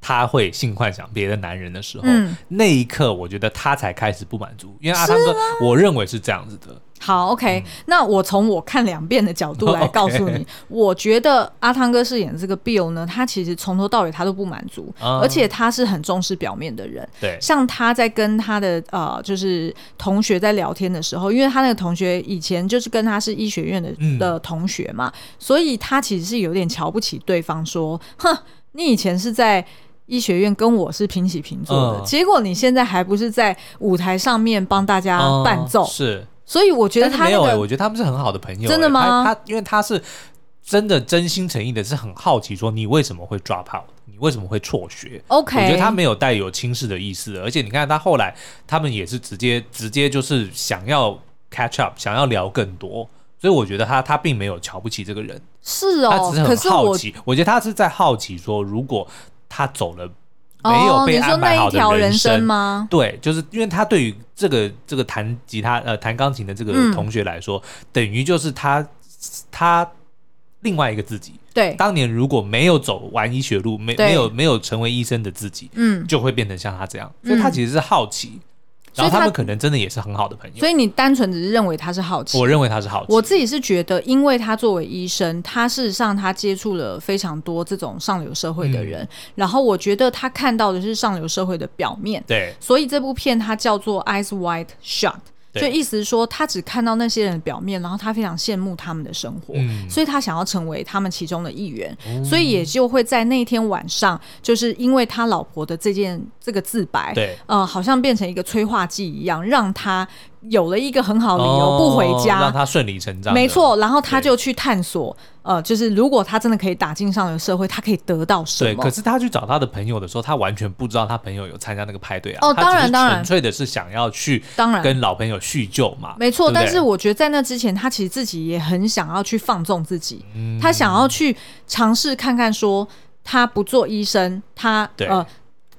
B: 他会性幻想别的男人的时候，
A: 嗯啊
B: 那一刻我觉得他才开始不满足，因为阿汤哥，我认为是这样子的。
A: 好，OK，、那我从我看两遍的角度 来告诉你
B: 嗯 OK
A: 我觉得阿汤哥饰演的这个 Bill 呢，他其实从头到尾他都不满足，
B: 啊
A: 而且他是很重视表面的人。
B: 对，
A: 像他在跟他的呃，就是同学在聊天的时候，因为他那个同学以前就是跟他是医学院的、
B: 嗯
A: 的同学嘛，所以他其实是有点瞧不起对方，说：“哼，你以前是在医学院跟我是平起平坐的，
B: 嗯
A: 结果你现在还不是在舞台上面帮大家
B: 嗯
A: 伴奏。
B: 是，
A: 所以我觉得
B: 但是
A: 他
B: 没
A: 那
B: 有欸
A: 个
B: 我觉得他们是很好的朋友欸、
A: 真的吗
B: 他他因为他是真的真心诚意的，是很好奇说你为什么会 drop out，你为什么会辍学？
A: OK，
B: 我觉得他没有带有轻视的意思，而且你看他后来，他们也是直接直接就是想要 catch up，想要聊更多，所以我觉得他他并没有瞧不起这个人，
A: 是
B: 他
A: 哦
B: 只，是
A: 可
B: 很
A: 是
B: 好
A: 我
B: 奇。我觉得他是在好奇说，如果他走了没有
A: 哦，
B: 被
A: 你说
B: 安
A: 那
B: 排
A: 一
B: 好的
A: 条人
B: 生
A: 生吗？
B: 对，就是因为他对于这个这个弹吉他呃弹钢琴的这个
A: 嗯
B: 同学来说，等于就是他他另外一个自己，
A: 对，
B: 当年如果没有走完医学路，没
A: 对
B: 没有没有成为医生的自己，
A: 嗯，
B: 就会变成像他这样，所以他其实是好奇，
A: 所
B: 然
A: 以
B: 后
A: 他
B: 他们可能真的也是很好的朋友
A: 所。以你单纯只是认为他是好奇
B: 我。认为他是好奇，
A: 我自己是觉得，因为他作为医生，他事实上他接触了非常多这种上流社会的人，
B: 嗯
A: 然后我觉得他看到的是上流社会的表面，
B: 对
A: 所以这部片它叫做《Eyes Wide Shut》，
B: 对
A: 就意思是说他只看到那些人的表面，然后他非常羡慕他们的生活，
B: 嗯哦
A: 所以他想要成为他们其中的一员，所以也就会在那天晚上，就是因为他老婆的这件这个自白，
B: 对
A: 呃，好像变成一个催化剂一样，让他有了一个很好的理由、
B: 哦
A: 不回
B: 让
A: 家。
B: 他顺理成章。
A: 没，错，然后他
B: 对
A: 就去探索，呃，就是如果他真的可以打进上流社会，他可以得到什
B: 对。
A: 么？
B: 可是他去找他的朋友的时候，他完全不知道他朋友有参加那个派对啊。
A: 哦
B: 他只
A: 当然
B: 是
A: 当然
B: 纯粹的是想要去
A: 当然，
B: 跟老朋友叙旧嘛。
A: 没错，
B: 啊对不对
A: 但是我觉得在那之前，他其实自己也很想要去放纵自己，
B: 嗯
A: 他想要去尝试看看说，他不做医生，他
B: 对
A: 呃，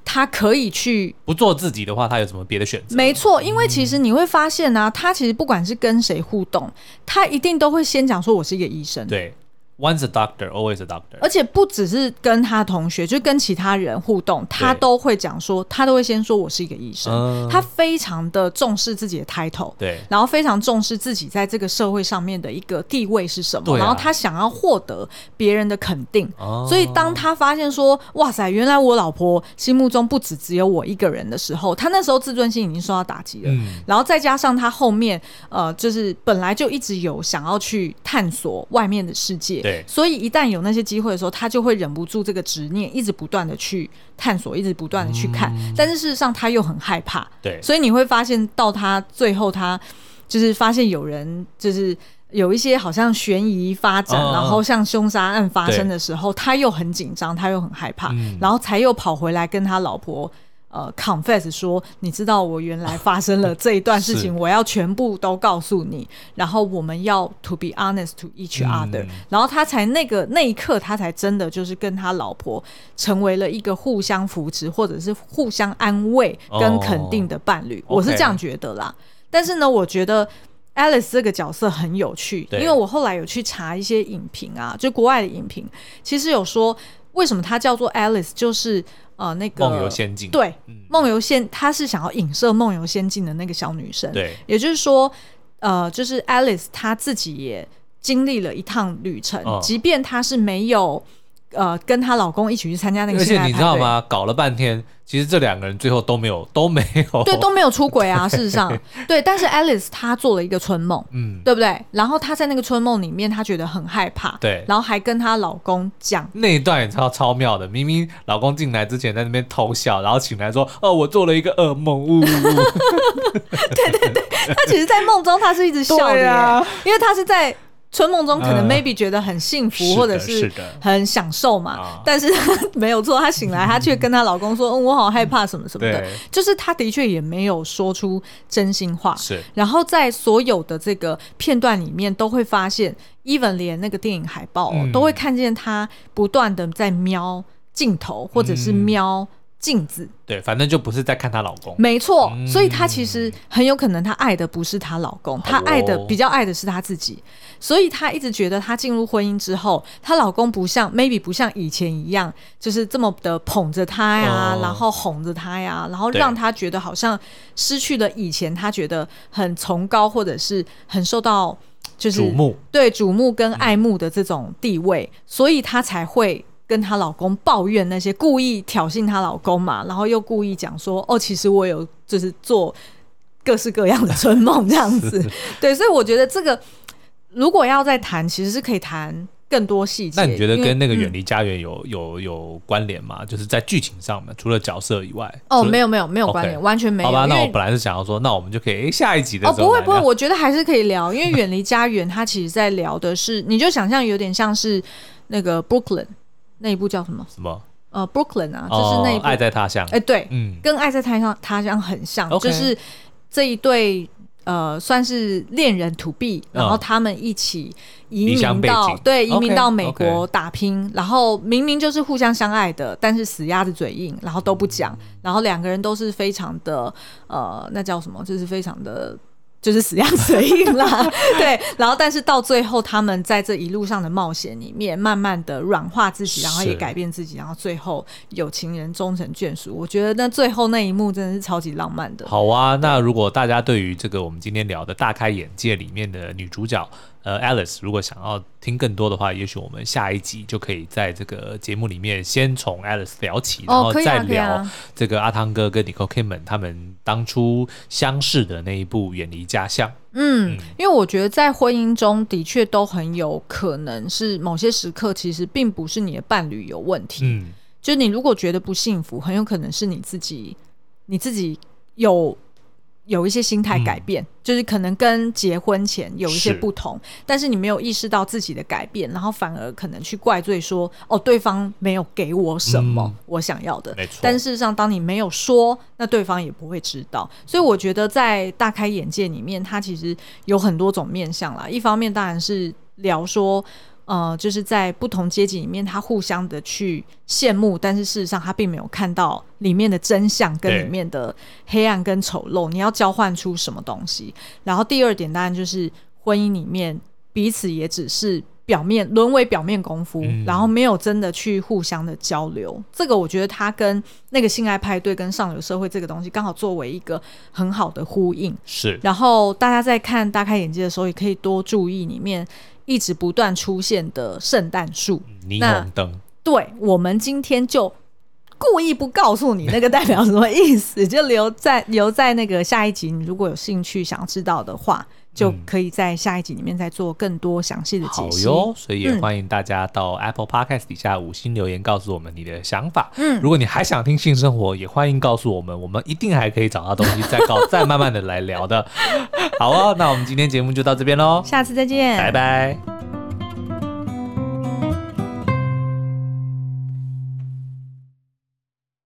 A: 他可以去。
B: 不做自己的话，他有什么别嗯的选择？
A: 没错，因为其实你会发现呢、他其实不管是跟谁互动，他一定都会先讲说我是一个医生，
B: 对，once a doctor, always a doctor。
A: 而且不只是跟他同学，就跟其他人互动，他
B: 对
A: 都会讲说，他都会先说我是一个医生，
B: 嗯
A: 他非常的重视自己的 title，
B: 对
A: 然后非常重视自己在这个社会上面的一个地位是什么，
B: 对啊
A: 然后他想要获得别人的肯定。
B: 哦
A: 所以，当他发现说“哇塞，原来我老婆心目中不只只有我一个人”的时候，他那时候自尊心已经受到打击了。
B: 嗯
A: 然后再加上他后面，呃，就是本来就一直有想要去探索外面的世界，
B: 对
A: 所以一旦有那些机会的时候，他就会忍不住这个执念，一直不断的去探索，一直不断的去看。但是事实上，他又很害怕，
B: 嗯对，
A: 所以你会发现到他最后，他就是发现有人就是有一些好像悬疑发展，
B: 嗯嗯嗯
A: 然后像凶杀案发生的时候，他又很紧张，他又很害怕，
B: 嗯
A: 然后才又跑回来跟他老婆。呃，confess 说，你知道我原来发生了这一段事情，
B: 是
A: 我要全部都告诉你，然后我们要 to be honest to each other，、
B: 嗯
A: 然后他才那个那一刻，他才真的就是跟他老婆成为了一个互相扶持或者是互相安慰跟肯定的伴侣，
B: 哦
A: 我是
B: OK
A: 这样觉得啦。但是呢，我觉得 Alice 这个角色很有趣，因
B: 对
A: 为我后来有去查一些影评啊，就国外的影评，其实有说为什么她叫做 Alice，就是呃那个
B: 哦梦游仙境。
A: 对
B: 嗯
A: 梦游仙，她是想要影射梦游仙境的那个小女生，
B: 对
A: 也就是说，呃，就是 Alice 她自己也经历了一趟旅程，
B: 嗯
A: 即便她是没有呃跟她老公一起去参加那个
B: 而
A: 性
B: 且
A: 爱
B: 你
A: 派
B: 知道
A: 对？
B: 吗？搞了半天，其实这两个人最后都没有都没有
A: 对，都没有出轨 啊，事实上，对。但是 Alice 她做了一个春梦，
B: 嗯
A: 对不对？然后她在那个春梦里面，她觉得很害怕，
B: 对
A: 然后还跟她老公讲，
B: 那一段也超超妙的，明明老公进来之前在那边偷笑，然后醒来说：“哦，我做了一个噩梦。”呜呜呜，
A: 她其实，在梦中她是一直笑的
B: 对
A: 耶，
B: 啊
A: 因为她是在春梦中可能
B: 嗯
A: maybe 觉得很幸福，
B: 是的
A: 或者
B: 是的
A: 很享受嘛，
B: 啊
A: 但是她没有做，她醒来，她却跟她老公说：“嗯，我好害怕什么什么的
B: 对。”
A: 就是她的确也没有说出真心话。
B: 是
A: 然后在所有的这个片段里面，都会发现，even 连那个电影海报、哦
B: 嗯
A: 都会看见她不断的在瞄镜头，或者是
B: 嗯
A: 瞄镜子。
B: 对，反正就不是在看她老公，
A: 没错，
B: 嗯
A: 所以她其实很有可能她爱的不是她老公，
B: 哦
A: 她爱的比较爱的是她自己，所以她一直觉得她进入婚姻之后，她老公不像 maybe 不像以前一样，就是这么的捧着她呀，
B: 哦
A: 然后哄着她呀，然后
B: 对
A: 让她觉得好像失去了以前她觉得很崇高或者是很受到就是
B: 瞩目
A: 对瞩目跟爱慕的这种地位，所以她才会跟她老公抱怨那些故意挑衅她老公嘛，然后又故意讲说哦，其实我有就是做各式各样的春梦这样 子。对，所以我觉得这个如果要再谈，其实是可以谈更多细节。
B: 那你觉得
A: 因为
B: 跟那个
A: 嗯
B: 远离家园有、有有关联吗？就是在剧情上面，除了角色以外，
A: 哦，
B: 除了
A: 没有没有没有关
B: OK
A: 联完全没有。
B: 好吧，
A: 因
B: 那
A: 为
B: 我本来是想要说，那我们就可以诶下一集的
A: 哦，
B: 时候
A: 不会
B: 来
A: 不会，
B: 聊
A: 我觉得还是可以聊，因为远 离家园，它其实在聊的是，你就想象有点像是那个 Brooklyn 那一部叫什么？
B: 什么？
A: 呃，Brooklyn 啊，就是那一
B: 哦
A: 部，
B: 爱
A: 哎、
B: 在他乡。
A: 对，
B: 嗯，
A: 跟《爱在他乡》他乡很像
B: OK
A: 就是这一对呃，算是恋人 to be，然后
B: 嗯
A: 他们一起移
B: 离乡
A: 民
B: 背
A: 到
B: 井
A: 对移民
B: OK，
A: 到美
B: OK
A: 国打拼然后明明就是互相相爱的，但是死鸭子嘴硬，然后都不讲，
B: 嗯
A: 然后两个人都是非常的呃，那叫什么？就是非常的。就是死鸭子嘴硬 啦，对，然后但是到最后，他们在这一路上的冒险里面，慢慢的软化自己，然后也
B: 是
A: 改变自己，然后最后有情人终成眷属。我觉得那最后那一幕真的是超级浪漫的。
B: 好啊。那如果大家对于这个我们今天聊的大开眼界里面的女主角呃 Alice，如果想要听更多的话，也许我们下一集就可以在这个节目里面先从 Alice 聊起，然
A: 哦，
B: 后
A: 可以
B: 再
A: 啊，可以
B: 聊
A: 啊，
B: 这个阿汤哥跟 Nicole Kidman 他们当初相识的那一部《远离家乡》。
A: 嗯
B: 嗯，
A: 因为我觉得在婚姻中的确都很有可能是某些时刻，其实并不是你的伴侣有问题，
B: 嗯，
A: 就是你如果觉得不幸福，很有可能是你自己，你自己有有一些心态改变，就是可能跟结婚前有一些
B: 嗯是
A: 不同，但是你没有意识到自己的改变，然后反而可能去怪罪说，哦，对方没有给我什么、
B: 嗯
A: 我想要的。
B: 没错。
A: 但事实上，当你没有说，那对方也不会知道。所以我觉得在大开眼界里面，它其实有很多种面向啦。一方面当然是聊说，呃，就是在不同阶级里面，他互相的去羡慕，但是事实上他并没有看到里面的真相跟
B: 对
A: 里面的黑暗跟丑陋，你要交换出什么东西。然后第二点当然就是婚姻里面彼此也只是表面沦为表面功夫，
B: 嗯
A: 然后没有真的去互相的交流。这个我觉得它跟那个性爱派对跟上流社会这个东西刚好作为一个很好的呼应。
B: 是
A: 然后大家在看大开眼界的时候，也可以多注意里面一直不断出现的圣诞树。
B: 霓
A: 那
B: 虹灯，
A: 对我们今天就故意不告诉你那个代表什么意思，就留在留在那个下一集。你如果有兴趣想要知道的话，就可以在下一集里面再做更多详细的解
B: 嗯好
A: 析。
B: 哟，所以也
A: 嗯
B: 欢迎大家到 Apple Podcast 底下五星留言，告诉我们你的想法。
A: 嗯
B: 如果你还想听性生活，也欢迎告诉我们，我们一定还可以找到东西再告 再慢慢的来聊的。好哦，那我们今天节目就到这边喽，
A: 下次再见，
B: 拜。拜。